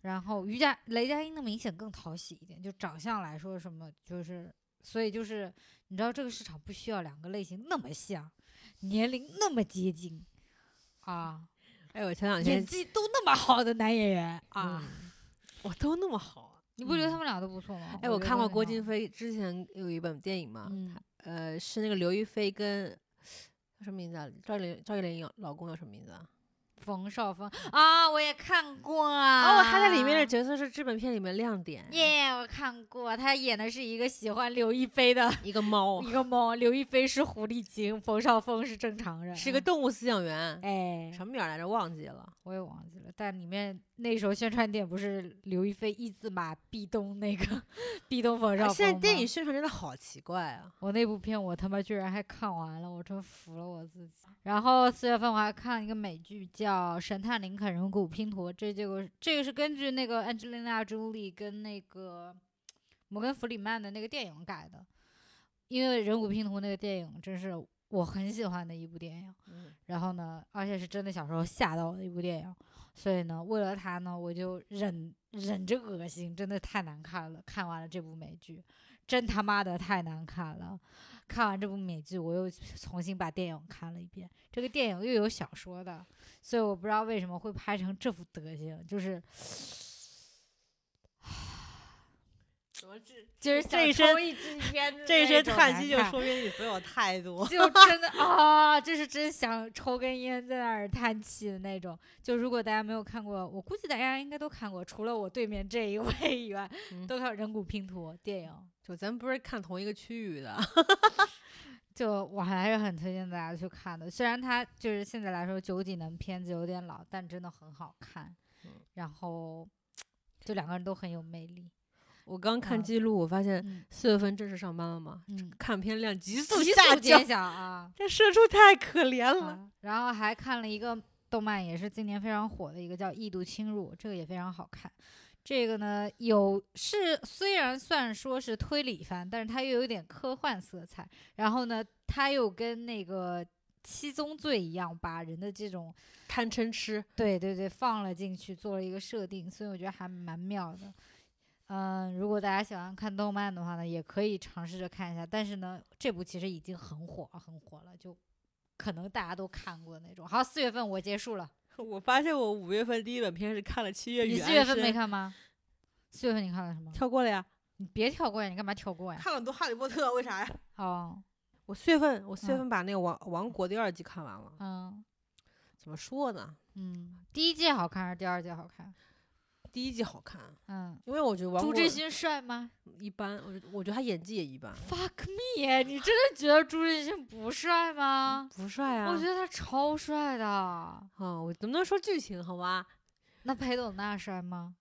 B: 然后瑜伽雷佳音的明显更讨喜一点，就长相来说什么就是，所以就是你知道这个市场不需要两个类型那么像，年龄那么接近啊，
A: 哎，我前两
B: 演
A: 天
B: 技都那么好的男演员 啊，
A: 嗯我都那么好啊。
B: 你不觉得
A: 嗯
B: 他们俩都不错吗？
A: 哎，我
B: 觉
A: 看
B: 得
A: 过
B: 很
A: 郭
B: 好
A: 京，飞之前有一本电影嘛，
B: 嗯，
A: 呃，是那个刘亦菲跟叫什么名字啊？赵丽赵丽玲老老公叫什么名字啊？
B: 冯绍峰啊，我也看过啊，
A: 哦，他在里面的。角色是这本片里面亮点，
B: 耶我看过，他演的是一个喜欢刘亦菲的
A: 一个猫
B: 一个猫，刘亦菲是狐狸精，冯绍峰是正常人，
A: 是个动物饲养员，
B: 啊哎，
A: 什么名儿来着？忘记了。
B: 我也忘记了，但里面那时候宣传点不是刘亦菲一字马壁咚那个壁咚冯绍
A: 哎
B: 峰
A: 现在电
B: 吗
A: 影，宣传真的好奇怪啊！
B: 我那部片我他妈居然还看完了，我真服了我自己。然后四月份我还看了一个美剧叫《神探林肯人骨拼图》，这就是这个是根据那个 Angelina Jolie 跟那个摩根弗里曼的那个电影改的，因为《人骨拼图》那个电影真是我很喜欢的一部电影。然后呢，而且是真的小时候吓到我的一部电影，所以呢，为了它呢，我就忍忍着恶心，真的太难看了。看完了这部美剧，真他妈的太难看了。看完这部美剧，我又重新把电影看了一遍。这个电影又有小说的，所以我不知道为什么会拍成这副德行，就是
A: 怎么这
B: 就是
A: 这一
B: 想抽
A: 声
B: 一支烟的
A: 这一
B: 那
A: 声
B: 种
A: 叹
B: 难
A: 息就
B: 看。
A: 说明你所有态度
B: 就真的啊，就是真想抽根烟在那儿叹气的那种。就如果大家没有看过，我估计大家应该都看过，除了我对面这一位以外，
A: 嗯
B: 都看过《人骨拼图》电影。
A: 就咱不是看同一个区域 的，
B: 就我还是很推荐大家去看的，虽然它就是现在来说九几年片子有点老，但真的很好看
A: 嗯。
B: 然后，就两个人都很有魅力。
A: 我刚看
B: 嗯
A: 记录，我发现
B: 嗯
A: 四月份正式上班了嘛，
B: 嗯，
A: 看片量急速
B: 急
A: 下
B: 速
A: 降
B: 减，小啊！
A: 这社畜太可怜了。
B: 啊然后还看了一个动漫，也是今年非常火的一个叫《异度侵入》，这个也非常好看。这个呢，有是虽然算说是推理番，但是它又有点科幻色彩。然后呢，它又跟那个《七宗罪》一样，把人的这种
A: 贪嗔痴，
B: 对对对放了进去，做了一个设定，所以我觉得还蛮妙的。嗯，如果大家喜欢看动漫的话呢，也可以尝试着看一下。但是呢，这部其实已经很火很火了，就可能大家都看过那种。好，四月份我结束了，
A: 我发现我五月份第一本片是看了七月与
B: 你
A: 安
B: 四月份
A: 生
B: 没看吗？四月份你看了什么？
A: 跳过了呀，
B: 你别跳过呀，你干嘛跳过呀？
A: 看了很多《哈利波特》，为啥呀？
B: 哦，
A: 我四月份，我四月
B: 嗯
A: 份把那个王《王国》第二季看完了。
B: 嗯
A: 怎么说呢？
B: 嗯，第一季好看还是第二季好看？
A: 第一季好看，啊
B: 嗯，
A: 因为我觉得王
B: 朱
A: 国
B: 志勋帅吗
A: 一般，我觉得我觉得他演技也一般，
B: ？Fuck me！你真的觉得朱志勋不帅吗？
A: 不帅啊。
B: 我觉得他超帅的。
A: 啊，我能不能说剧情好吧？
B: 那裴斗娜帅吗？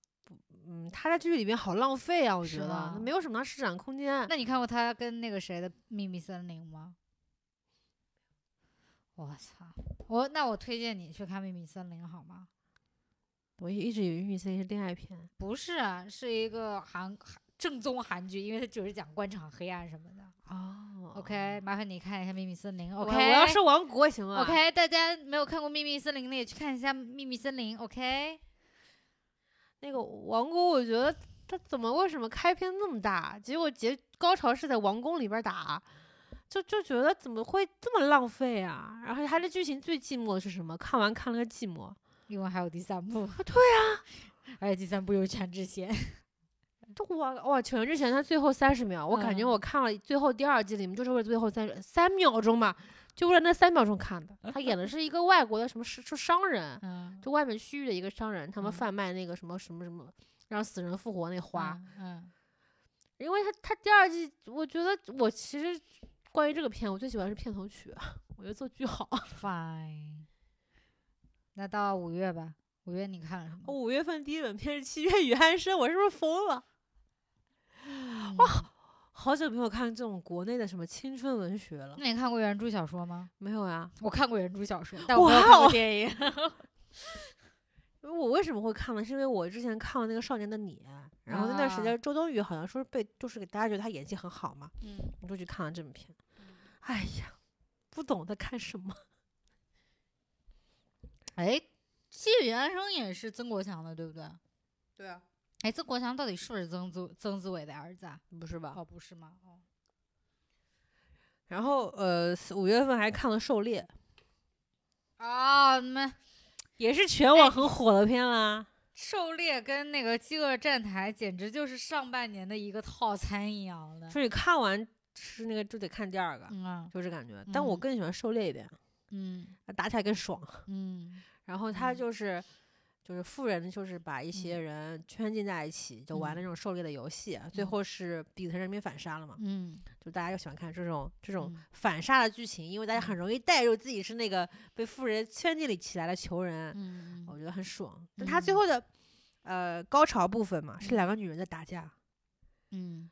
A: 嗯，他在剧里面好浪费啊，我觉
B: 是
A: 得
B: 吧
A: 没有什么施展空间。
B: 那你看过他跟那个谁的《秘密森林》吗？我操！我那我推荐你去看《秘密森林》好吗？
A: 我一直以为《玉森》是恋爱片，
B: 不是啊，是一个韩韩正宗韩剧，因为它就是讲官场黑暗什么的。
A: 哦
B: OK，麻烦你看一下《秘密森林》。
A: 我
B: OK，
A: 我要说王国行啊吗
B: OK，大家没有看过《秘密森林》的也去看一下《秘密森林》。OK，
A: 那个王国，我觉得他怎么为什么开篇那么大，结果结高潮是在王宫里边儿打，就就觉得怎么会这么浪费啊？然后他这剧情最寂寞的是什么？看完看了个寂寞，
B: 因为还有第三部。对啊， 而且第三部有全智贤。
A: 都我哇，全智贤他最后三十秒，我感觉
B: 嗯
A: 我看了最后第二季里面就是为了最后三三秒钟嘛，就为了那三秒钟看的。他演的是一个外国的什么是是商人，
B: 嗯，
A: 就外面区域的一个商人，他们
B: 嗯
A: 嗯贩卖那个什么什么什么。让死人复活那花，
B: 嗯嗯
A: 因为他他第二季，我觉得我其实关于这个片，我最喜欢是片头曲， 我觉得做巨好。
B: Fine，那到五月吧，五月你看了什 么？
A: 哦五月份第一本片是《七月与安生》，我是不是疯了？
B: 嗯
A: 好久没有看这种国内的什么青春文学了，
B: 那你看过原著小说吗？
A: 没有啊？
B: 我看过原著小说，但我没有看
A: 哇
B: 过
A: 哦
B: 电 影。
A: 我为什么会看呢？是因为我之前看了那个《少年的你》，然后那段时
B: 啊
A: 间周冬雨好像说是被，就是给大家觉得她演技很好嘛，
B: 嗯，
A: 你就去看了这部片。哎呀，不懂在看什么。
B: 哎，《七月与安生》也是曾国强的，对不对？
A: 对啊，
B: 哎，曾国强到底是不是曾子曾子伟的儿子啊？
A: 不是吧？
B: 哦，不是吗？哦，
A: 然后呃，五月份还看了《狩猎》，
B: 啊，你们《
A: 也是全网很火的片啦。
B: 狩猎》跟那个《饥饿站台》简直就是上半年的一个套餐一样的。
A: 就是你看完是那个就得看第二个，
B: 嗯啊，
A: 就是感觉。但我
B: 嗯
A: 更喜欢《狩猎》一点，
B: 嗯
A: 打起来更爽。
B: 嗯
A: 然后他
B: 嗯
A: 就是、就是富人，就是把一些人圈进在一起，就玩
B: 嗯
A: 那种狩猎的游戏，啊最
B: 嗯
A: 后是底层人民反杀了嘛，
B: 嗯，
A: 就大家就喜欢看这种这种
B: 嗯
A: 反杀的剧情，因为大家很容易带入自己是那个被富人圈进里起来的穷人，
B: 嗯
A: 我
B: 嗯
A: 觉得很爽。但他
B: 嗯
A: 最后的呃高潮部分嘛，是两个女人在打架。
B: 嗯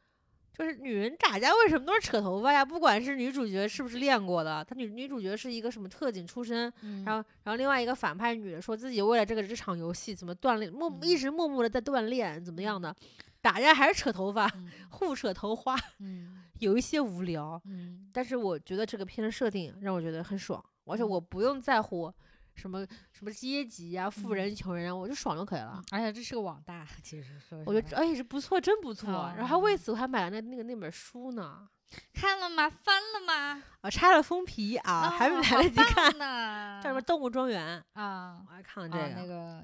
A: 就是女人打架为什么都是扯头发呀？不管是女主角是不是练过的，她女女主角是一个什么特警出身，
B: 嗯，
A: 然后，然后另外一个反派女的说自己为了这个职场游戏怎么锻炼，默一
B: 嗯
A: 直默默的在锻炼，怎么样的，打架还是扯头发，
B: 嗯
A: 互扯头花，
B: 嗯
A: 有一些无聊。
B: 嗯
A: 但是我觉得这个片的设定让我觉得很爽，而且
B: 嗯
A: 我不用在乎什么什么阶级呀、富人
B: 嗯
A: 穷人啊，我就爽就可以了
B: 嗯。，而且这是个网大，其实说
A: 我觉得
B: 实话
A: 哎是不错，真不错。然后还为
B: 嗯哦
A: 此我还买了那那个那本书呢，
B: 看了吗？翻了吗？
A: 啊拆了封皮啊，还没
B: 哦
A: 来
B: 好
A: 得及
B: 棒
A: 看，
B: 呢，
A: 叫什么《动物庄园》，
B: 啊
A: 我？还看了
B: 啊
A: 这个
B: 那个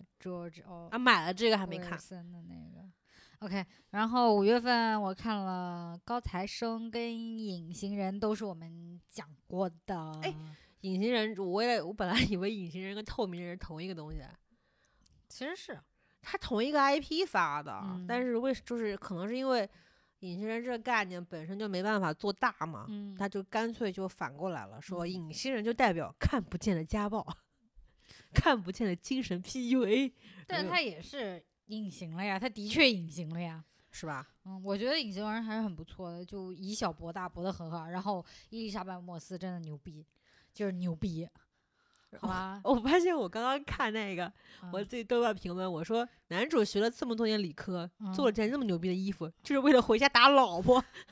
B: George 哦，
A: 啊，买了这个还没
B: 威尔
A: 看。
B: 森的那个。OK，然后五月份我看了《高材生》跟《隐形人》，都是我们讲过的。
A: 哎，隐形人，我也我本来以为隐形人跟透明人是同一个东西，
B: 其实是，
A: 它同一个 IP 发的，
B: 嗯
A: 但是为就是可能是因为隐形人这个概念本身就没办法做大嘛，
B: 嗯，
A: 他就干脆就反过来了，说
B: 嗯
A: 隐形人就代表看不见的家暴， 看不见的精神 PUA，
B: 但
A: 哎
B: 是
A: 呦
B: 他也是隐形了呀，他的确隐形了呀。
A: 是吧？
B: 嗯，我觉得隐形人还是很不错的，就以小博大，博得很好。然后伊丽莎白·莫斯真的牛逼，就是牛逼，好吧？
A: 我发现我刚刚看那个，哦我
B: 嗯
A: 自己豆瓣评论，我说男主学了这么多年理科，
B: 嗯
A: 做了件这么牛逼的衣服，就是为了回家打老婆。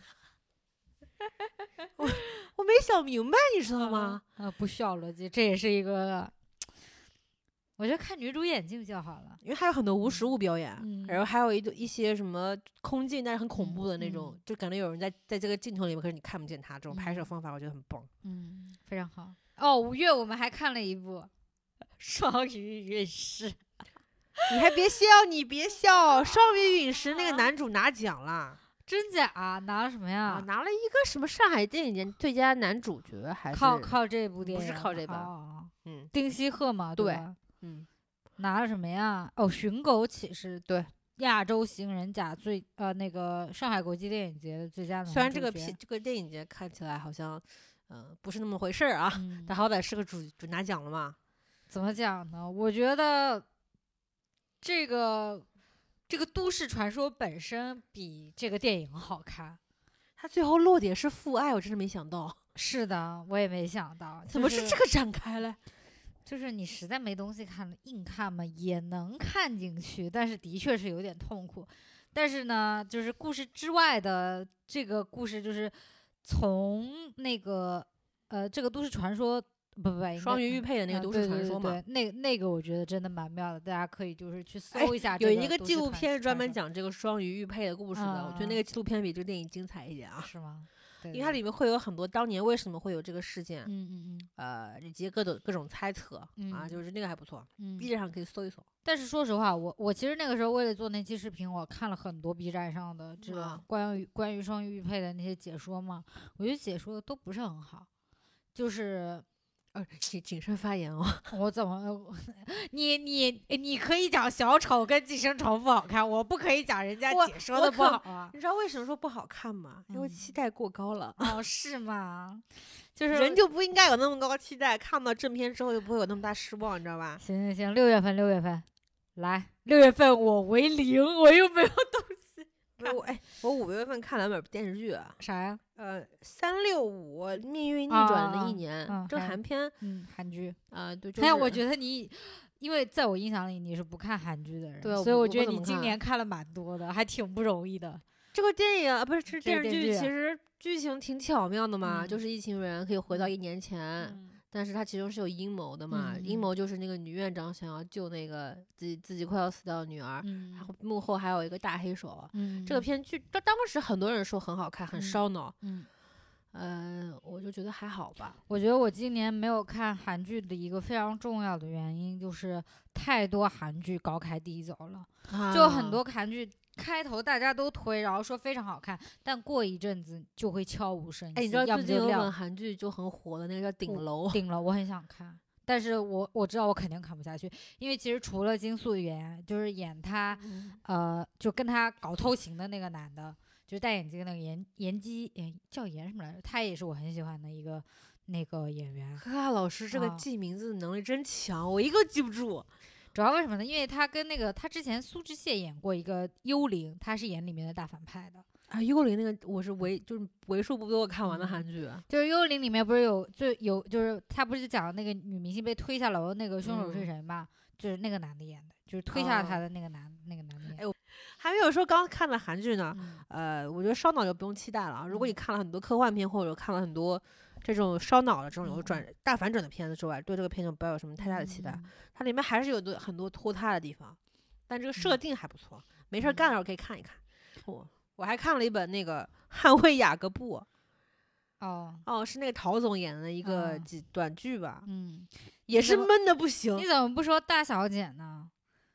A: 我我没想明白，你知道吗？？
B: 呃，不需要逻辑，这也是一个，我觉得看女主演技就好了。
A: 因为还有很多无实物表演，
B: 嗯
A: 然后还有一一些什么空镜，但是很恐怖的那种，
B: 嗯嗯
A: 就感觉有人在在这个镜头里面，可是你看不见他。这种拍摄
B: 嗯
A: 方法，我觉得很棒。
B: 嗯，非常好。哦，五月我们还看了一部《双鱼运势》，
A: 你还别笑，你别笑，《少女陨石》那
B: 啊
A: 个男主拿奖了
B: 真假、拿了什么
A: 啊，
B: 呀？
A: 拿了一个什么上海电影节最佳男主角，还是
B: 靠靠这部电影
A: 是
B: 吗，
A: 靠这本
B: 哦
A: 嗯
B: 丁西鹤嘛，
A: 对
B: 吧？
A: 嗯，
B: 拿了什么呀？哦，《寻狗启事》
A: 对
B: 亚洲行人甲最呃那个上海国际电影节的最佳男
A: 虽然嗯这
B: 主
A: 个
B: 角
A: 片这个电影节看起来好像，嗯、不是那么回事儿啊，
B: 嗯
A: 但好歹是个主主拿奖了嘛。
B: 怎么讲呢？我觉得这个这个都市传说本身比这个电影好看。
A: 他最后落点是父爱，我真是没想到，
B: 是的，我也没想到，
A: 怎么是这
B: 个？
A: 个展开嘞？
B: 就是你实在没东西看了，硬看嘛也能看进去，但是的确是有点痛苦。但是呢，就是故事之外的这个故事，就是从那个呃这个都市传说，不不不，应该
A: 双鱼玉佩的那个
B: 啊
A: 都
B: 对
A: 市传
B: 对
A: 说
B: 对
A: 嘛，
B: 对那那个我觉得真的蛮妙的，大家可以就是去
A: 哎
B: 搜一下、
A: 有一个
B: 都
A: 纪
B: 市
A: 录
B: 传
A: 片专门
B: 传说
A: 讲这个双鱼玉佩的故事的，我觉得那
B: 啊
A: 个纪录片比这个电影精彩一点啊，
B: 是吗？对
A: 因为它
B: 对
A: 里面会有很多当年为什么会有这个事件，
B: 嗯嗯嗯
A: 呃，以及各种各种猜测、啊，
B: 嗯
A: 就是那个还不错
B: 嗯
A: ，B 站上可以搜一搜。
B: 但是说实话，我我其实那个时候为了做那期视频，我看了很多 B 站上的这
A: 啊
B: 个关于关于双鱼玉佩的那些解说嘛，我觉得解说都不是很好，就是
A: 呃，谨谨慎发言哦。
B: 我怎么？ 你你你可以讲小丑跟寄生虫不好看，我不可以讲人家
A: 我
B: 姐说
A: 我
B: 的不
A: 可
B: 好啊？
A: 你知道为什么说不好看吗？因为
B: 嗯
A: 期待过高了。
B: 哦，是吗？就是
A: 人就不应该有那么高期待，看到正片之后就不会有那么大失望，你知道吧？
B: 行行行，六月份六月份来，六月份我为零，我又没有
A: 不是我哎，我五月份看了本电视剧啊，
B: 啥呀？
A: 呃，三六五命运逆转
B: 啊
A: 的
B: 啊
A: 一年，
B: 啊
A: 这
B: 还
A: 韩片
B: 嗯，韩剧。
A: 啊、对，就
B: 还有，
A: 是
B: 我觉得你，因为在我印象里你是不看韩剧的人，
A: 对我
B: 所以
A: 不
B: 我
A: 我不
B: 觉得
A: 怎
B: 你
A: 么
B: 今
A: 看
B: 年看了蛮多的，还挺不容易的。
A: 这个电影啊，不是这
B: 这
A: 电
B: 个
A: 视剧，
B: 电视剧啊
A: 其实剧情挺巧妙的嘛，
B: 嗯
A: 就是一群人可以回到一年前，但是它其中是有阴谋的嘛，
B: 嗯
A: 阴
B: 嗯
A: 谋就是那个女院长想要救那个自己自己快要死掉的女儿，
B: 嗯
A: 然后幕后还有一个大黑手。啊
B: 嗯，
A: 这个片剧，当当时很多人说很好看，很
B: 嗯
A: 烧脑，
B: 嗯，
A: 嗯、呃，我就觉得还好吧。
B: 我觉得我今年没有看韩剧的一个非常重要的原因就是太多韩剧高开低走了，
A: 啊
B: 就很多韩剧。开头大家都推，然后说非常好看，但过一阵子就会悄无声息，
A: 哎，你知道最
B: 要么
A: 近
B: 就
A: 有
B: 撂
A: 本韩剧就很火的那个叫《顶
B: 我
A: 楼》，
B: 顶了，我很想看，但是我我知道我肯定看不下去，因为其实除了金素媛，就是演她
A: 嗯
B: 呃，就跟她搞偷情的那个男的，就是戴眼镜的那个严严基，哎叫严什么来着？他也是我很喜欢的一个那个演员。
A: 可卡老师这个
B: 啊
A: 记名字的能力真强，我一个记不住。
B: 主要为什么呢？因为他跟那个他之前苏志燮演过一个幽灵，他是演里面的大反派的。
A: 啊，幽灵那个我是为就是为数不多看完的
B: 嗯
A: 韩剧，啊
B: 就是幽灵里面不是有就有就是他不是讲那个女明星被推下楼那个凶手是
A: 嗯
B: 谁吗？就是那个男的演的，就是推下他
A: 哦哎
B: 的那个男、那个男的演的。
A: 还没有说刚看的韩剧呢。
B: 嗯
A: 呃，我觉得烧脑就不用期待了啊。如果你
B: 嗯
A: 看了很多科幻片，或者看了很多这种烧脑的这种有
B: 嗯
A: 转大反转的片子之外，对这个片就不要有什么太大的期待。
B: 嗯
A: 它里面还是有多很多拖沓的地方，但这个设
B: 嗯
A: 定还不错，没事儿干的时候可以看一看。我我还看了一本那个《捍卫雅各布》，
B: 哦，
A: 哦，是那个陶总演的一个
B: 啊
A: 几短剧吧，
B: 嗯，
A: 也
B: 你
A: 是
B: 怎么
A: 闷的不行
B: 你。怎么不说大小姐呢？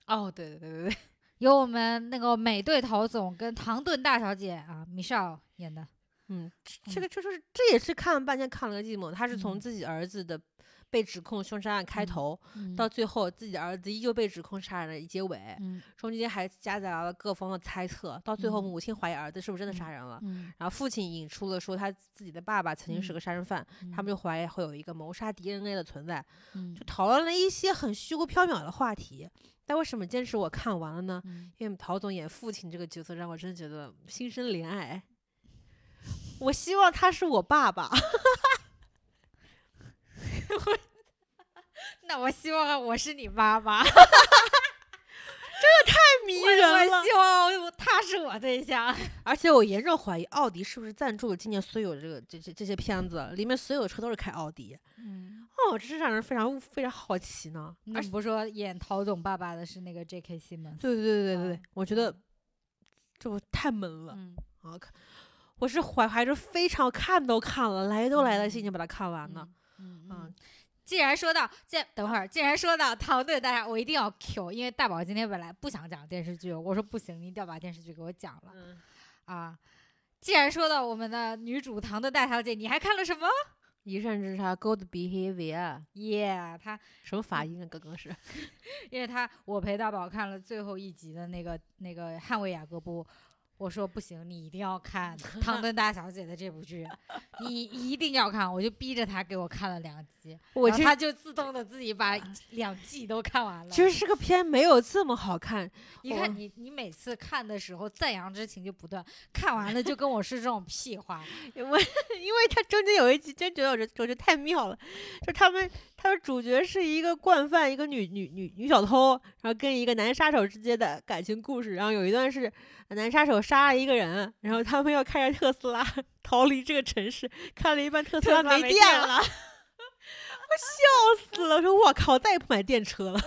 A: 哦，对对对 对对，
B: 由我们那个美队陶总跟唐顿大小姐啊，米少演的。
A: 嗯，这这
B: 嗯
A: 个这就是这也是看了半天看了个寂寞，他是从
B: 嗯
A: 自己儿子的被指控凶杀案开
B: 嗯
A: 头，
B: 嗯
A: 到最后自己的儿子依旧被指控杀人的结尾，
B: 嗯
A: 中间还夹杂了各方的猜测，到最后
B: 嗯
A: 母亲怀疑儿子是不是真的杀
B: 嗯
A: 人了。
B: 嗯，
A: 然后父亲引出了说他自己的爸爸曾经是
B: 嗯
A: 个杀人犯，他们就怀疑会有一个谋杀 DNA 的存在，
B: 嗯
A: 就讨论了一些很虚无缥缈的话题。但为什么坚持我看完了呢？
B: 嗯
A: 因为陶总演父亲这个角色让我真觉得心生怜爱。我希望他是我爸爸，
B: 那我希望我是你妈妈，
A: 迷
B: 我希望我他是我对象。
A: 而且我严重怀疑奥迪是不是赞助了今年所有这个这这这些片子，里面所有车都是开奥迪。
B: 嗯，
A: 哦，这是让人非常非常好奇呢。
B: 你
A: 而
B: 怎么不说演陶总爸爸的是那个 J.K. 西蒙？
A: 对对对对对对
B: 啊，
A: 我觉得这我太闷了
B: 嗯，
A: 啊！看我是怀怀着非常看都看了，来都来了，
B: 嗯
A: 心情把它看完了。
B: 嗯嗯嗯
A: 嗯。
B: 既然说到这，等会儿既然说到唐顿大侠，我一定要 Q，因为大宝今天本来不想讲电视剧，我说不行，你一定要把电视剧给我讲了。
A: 嗯，
B: 啊，既然说到我们的女主唐顿大小姐，你还看了什么？
A: 一善之差，good behavior，啊
B: 耶、她
A: 什么发音啊？刚刚是
B: 因为她我陪大宝看了最后一集的那个那个《捍卫雅各布》，我说不行，你一定要看唐顿大小姐的这部 剧，你一定要看，我就逼着她给我看了两集，
A: 我
B: 然后
A: 其实
B: 她就自动的自己 把两季都看完了。
A: 其实这个片没有这么好看，
B: 你
A: 我
B: 看你你每次看的时候赞扬之情就不断，看完了就跟我说这种屁话，
A: 因为 因为它中间有一集真觉得我觉得我觉得太妙了，就他们他们主角是一个惯犯，一个女女女女小偷，然后跟一个男杀手之间的感情故事，然后有一段是男杀手杀了一个人，然后他们要开着特斯拉逃离这个城市，开了一半特斯拉
B: 特斯拉
A: 没
B: 没
A: 电
B: 电
A: 了， 我笑死了，我说我靠，我再也不买电车了。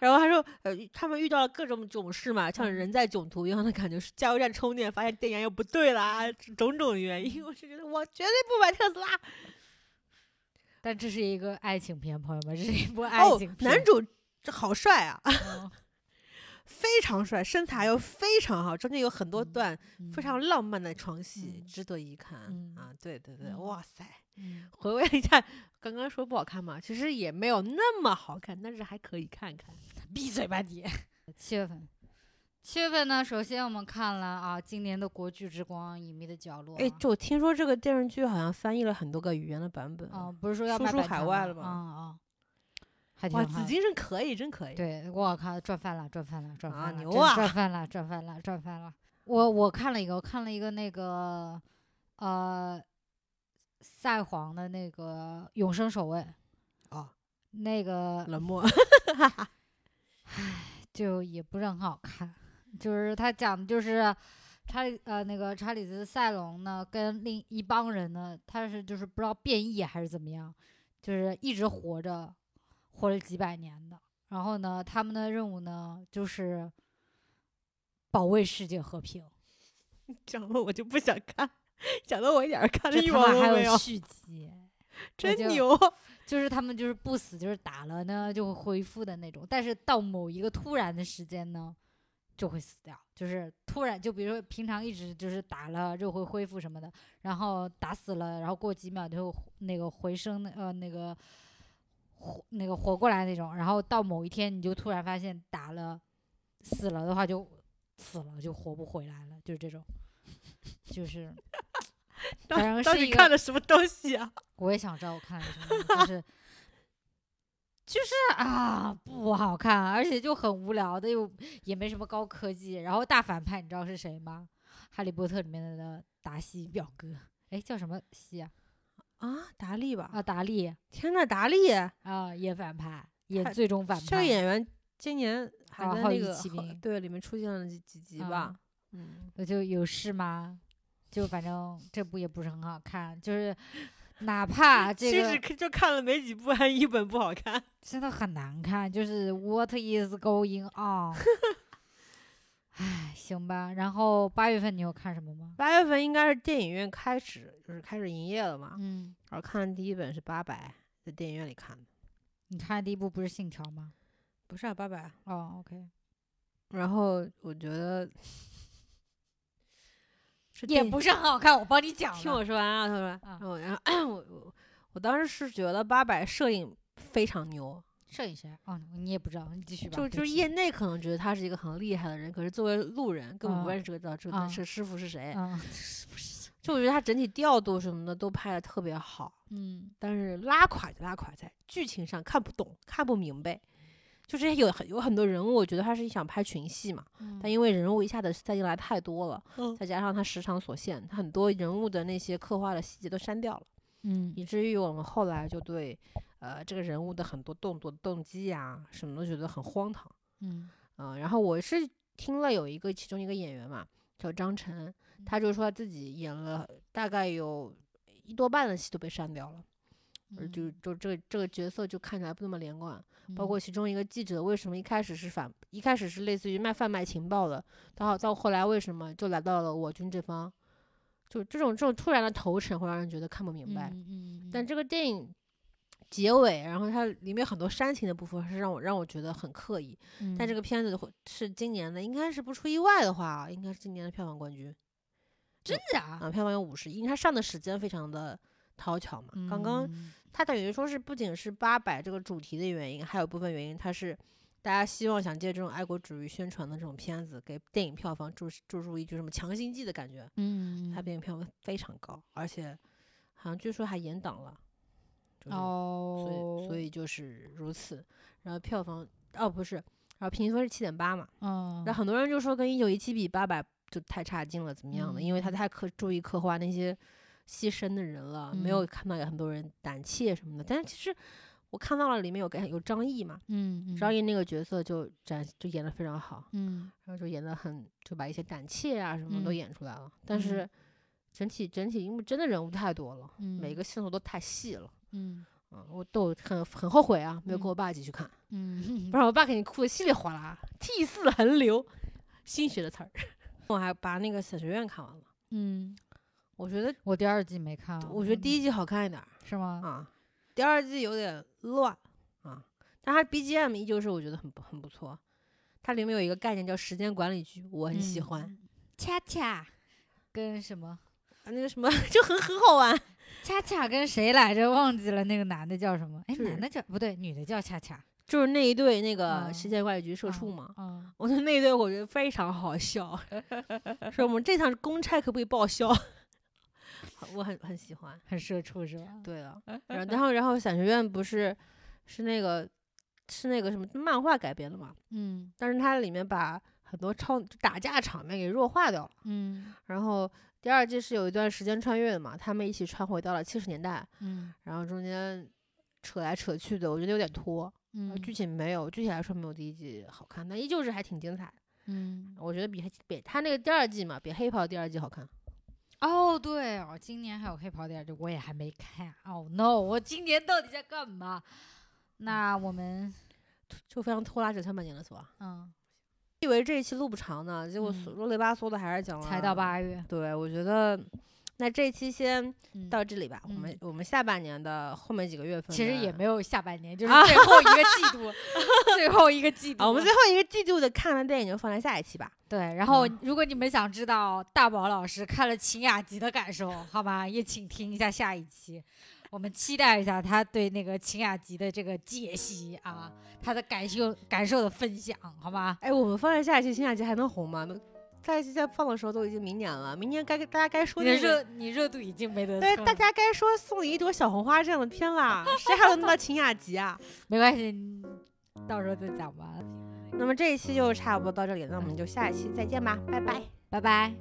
A: 然后他说，呃，他们遇到了各种囧事嘛，像人在囧途一样的感觉，是加油站充电发现电源又不对啦，种种原因，我是觉得我绝对不买特斯拉。
B: 但这是一个爱情片，朋友们，这是一部爱
A: 哦
B: 情，片。
A: 男主这好帅啊！
B: 嗯
A: 非常帅，身材又非常好，中间有很多
B: 嗯
A: 段 非常浪漫的床戏，
B: 嗯
A: 值得一看、
B: 嗯
A: 啊！对对对，
B: 嗯
A: 哇塞！
B: 嗯
A: 回味了一下，刚刚说不好看嘛，其实也没有那么好看，但是还可以看看。
B: 闭嘴吧 你！七月份，七月份呢，首先我们看了啊，今年的国剧之光《隐秘的角落》
A: 哎，就听说这个电视剧好像翻译了很多个语言的版本。
B: 啊，不是说要
A: 输
B: 卖
A: 出
B: 版
A: 海
B: 权
A: 外
B: 吗
A: 了吧
B: 啊啊，还挺
A: 哇，
B: 好
A: 紫
B: 看的。
A: 金真可以，真可以。
B: 对，我靠，赚翻了，赚翻了，赚翻了，
A: 啊牛
B: 真
A: 啊
B: 赚翻了，赚翻了，赚翻了。我我看了一个，我看了一个那个，呃，赛皇的那个永生守卫，
A: 哦，
B: 那个
A: 冷漠。
B: 就也不是很好看，就是他讲的就是查理呃那个查理斯塞隆呢跟另一帮人呢，他是就是不知道变异还是怎么样，就是一直活着，活了几百年的。然后呢，他们的任务呢就是保卫世界和平。
A: 讲了我就不想看，讲的我一点儿看的
B: 这
A: 欲
B: 他
A: 望
B: 妈
A: 都
B: 还
A: 没
B: 有 续集，
A: 真
B: 就
A: 牛！啊
B: 就是他们就是不死，就是打了呢就会恢复的那种，但是到某一个突然的时间呢，就会死掉。就是突然，就比如说平常一直就是打了就会恢复什么的，然后打死了，然后过几秒就那个回升的呃那个活那个活过来那种，然后到某一天你就突然发现打了死了的话就死了就活不回来了，就是这种， 就是。
A: 到
B: 反正
A: 到
B: 是
A: 底
B: 一个
A: 看了什么东西啊？
B: 我也想知道我看了什么，就是就是啊，不好看，而且就很无聊的，又也没什么高科技。然后大反派你知道是谁吗？《哈利波特》里面的达西表哥，哎，叫什么西啊？
A: 啊，达利吧？
B: 啊，达利
A: 天呐，达利！
B: 啊，也反派，也
A: 他
B: 最终反派。
A: 这个演员今年还
B: 啊
A: 在
B: 后
A: 那
B: 翼
A: 个
B: 骑
A: 后
B: 兵
A: 对里面出现了几几集吧
B: 啊？
A: 嗯，
B: 我就有事吗？就反正这部也不是很好看，就是哪怕这
A: 其
B: 个
A: 实就看了没几部，还一本不好看。
B: 真的很难看，就是 What is going on？唉，行吧。然后八月份你有看什么吗？
A: 八月份应该是电影院开始，就是开始营业了嘛。
B: 嗯，
A: 然后看的第一本是《八百》，在电影院里看的，
B: 你看的第一部不是《信条》吗？
A: 不是啊，《八百
B: 哦，OK，》。
A: 然后我觉得是
B: 也
A: 电
B: 不是很好看，我帮你讲
A: 听
B: 了
A: 我说完啊，他说，
B: 啊
A: 然后然后 我我我当时是觉得八百摄影非常牛，
B: 摄影师哦，你也不知道，你继续吧。
A: 就
B: 对
A: 就是
B: 不起
A: 业内可能觉得他是一个很厉害的人，可是作为路人根本不
B: 啊
A: 认识这个道这
B: 啊
A: 个这师傅 是谁，
B: 嗯
A: 就我觉得他整体调度什么的都拍的特别好，
B: 嗯
A: 但是拉垮就拉垮在剧情上看不懂看不明白。就是有很有很多人物，我觉得他是想拍群戏嘛，
B: 嗯，
A: 但因为人物一下子塞进来太多了，
B: 嗯
A: 再加上他时长所限，他很多人物的那些刻画的细节都删掉了。
B: 嗯
A: 以至于我们后来就对，呃，这个人物的很多动作、动机呀、什么都觉得很荒唐。
B: 嗯
A: 嗯、然后我是听了有一个其中一个演员嘛，叫张晨，
B: 嗯
A: 他就说他自己演了大概有一多半的戏都被删掉了，呃就
B: 嗯
A: 就这个这个角色就看起来不那么连贯。包
B: 嗯
A: 括其中一个记者为什么一开始是反，一开始是类似于卖贩卖情报的，到到后来为什么就来到了我军这方，就这种这种突然的头沉会让人觉得看不明白。
B: 嗯嗯嗯，
A: 但
B: 嗯
A: 这个电影结尾，然后它里面很多煽情的部分是让我让我觉得很刻意。但这
B: 嗯
A: 个片子会是今年的，应该是不出意外的话，应该是今年的票房冠军
B: 真的啊，
A: 啊，票房有五十亿。因为它上的时间非常的讨巧嘛，刚刚
B: 嗯
A: 它等于说是不仅是八百这个主题的原因，还有部分原因它是。大家希望想借这种爱国主义宣传的这种片子，给电影票房注注入一句什么强心剂的感觉。
B: 嗯
A: 它
B: 嗯
A: 电影票房非常高，而且好像据说还延档了。就是
B: 嗯
A: 所
B: 哦
A: 以，所以就是如此。然后票房哦不是，然后评分是七点八嘛，
B: 嗯，
A: 然后很多人就说跟一九一七比八百就太差劲了，怎么样的？因为他
B: 嗯
A: 太刻注意刻画那些牺牲的人了，没有
B: 嗯
A: 看到有很多人胆怯什么的。但是其实我看到了里面有个有张译嘛，
B: 嗯嗯
A: 张译那个角色就展就演的非常好，
B: 嗯
A: 然后就演的很就把一些胆怯啊什么都
B: 嗯
A: 演出来了。但
B: 嗯
A: 是整体整体因为真的人物太多了，
B: 嗯
A: 每个线索都太细了。
B: 嗯
A: 嗯，我都很很后悔啊，没有跟
B: 嗯
A: 我爸一起去看，
B: 嗯
A: 不然我爸肯定哭得稀里哗啦，涕泗横流，新学的词儿。 我还把那个小学院看完了，
B: 嗯，
A: 我觉得
B: 我第二季没看啊，
A: 我觉得第
B: 一
A: 一季好看一点儿
B: 是吗？
A: 啊，第二季有点乱啊，但它 BGM 依旧是我觉得很不很不错，它里面有一个概念叫时间管理剧，我很喜
B: 嗯
A: 欢。
B: 恰恰跟什么？
A: 啊，那个什么 就很很好玩，
B: 恰恰跟谁来着？忘记了，那个男的叫什么？哎，
A: 是
B: 男的叫不对，女的叫恰恰。
A: 就是那一对那个
B: 嗯
A: 时间管理局社
B: 嗯
A: 畜嘛，
B: 嗯，
A: 我觉得那一对我觉得非常好笑，说我们这趟公差可不可以报销？ 我很很喜欢。
B: 很社畜 是吧？
A: 对啊，然后然后然后伞学院不是是那个是那个什么漫画改编的嘛，
B: 嗯
A: 但是它里面把很多超就打架场面给弱化掉了。
B: 嗯
A: 然后第二季是有一段时间穿越的嘛，他们一起穿回到了七十年代，
B: 嗯
A: 然后中间扯来扯去的，我觉得有点拖。然后
B: 嗯，
A: 呃剧情没有，具体来说没有第一季好看，但依旧是还挺精彩的。
B: 嗯
A: 我觉得比黑比他那个第二季嘛，比黑袍第二季好看。
B: 哦对哦，今年还有黑袍第二季，我也还没看。哦 no，我今年到底在干嘛？那我们
A: 就非常拖拉整下半年了，是吧？
B: 嗯，
A: 以为这一期录不长呢，结果
B: 嗯
A: 啰里吧嗦的还是讲了。
B: 才到？八月，
A: 对，我觉得那这一期先
B: 嗯，
A: 到这里吧。我们我们下半年的后面几个月份，
B: 其实也没有下半年，就是
A: 啊
B: 最后一个 季度，最后一个季度。
A: 啊，我们最后一个季度的看完电影就放在下一期吧。
B: 对，然
A: 嗯
B: 后如果你们想知道大宝老师看了《秦雅集》的感受，好吧，也请听一下下一期，我们期待一下他对那个《秦雅集》的这个解析啊，他的感受感受的分享，好吗？
A: 哎，我们放在下一期，新雅集还能红吗？那下一期再放的时候都已经明年了，明年该大家该说
B: 你
A: 那
B: 的
A: 个
B: 热你热度已经没得
A: 对，
B: 蹭
A: 大
B: 了
A: 家该说送你一朵小红花这样的片 啦，谁还轮得到秦雅集啊？
B: 没关系，你到时候再讲吧，
A: 那么这一期就差不多到这里，那我们就下一期再见吧，拜拜。
B: 拜拜。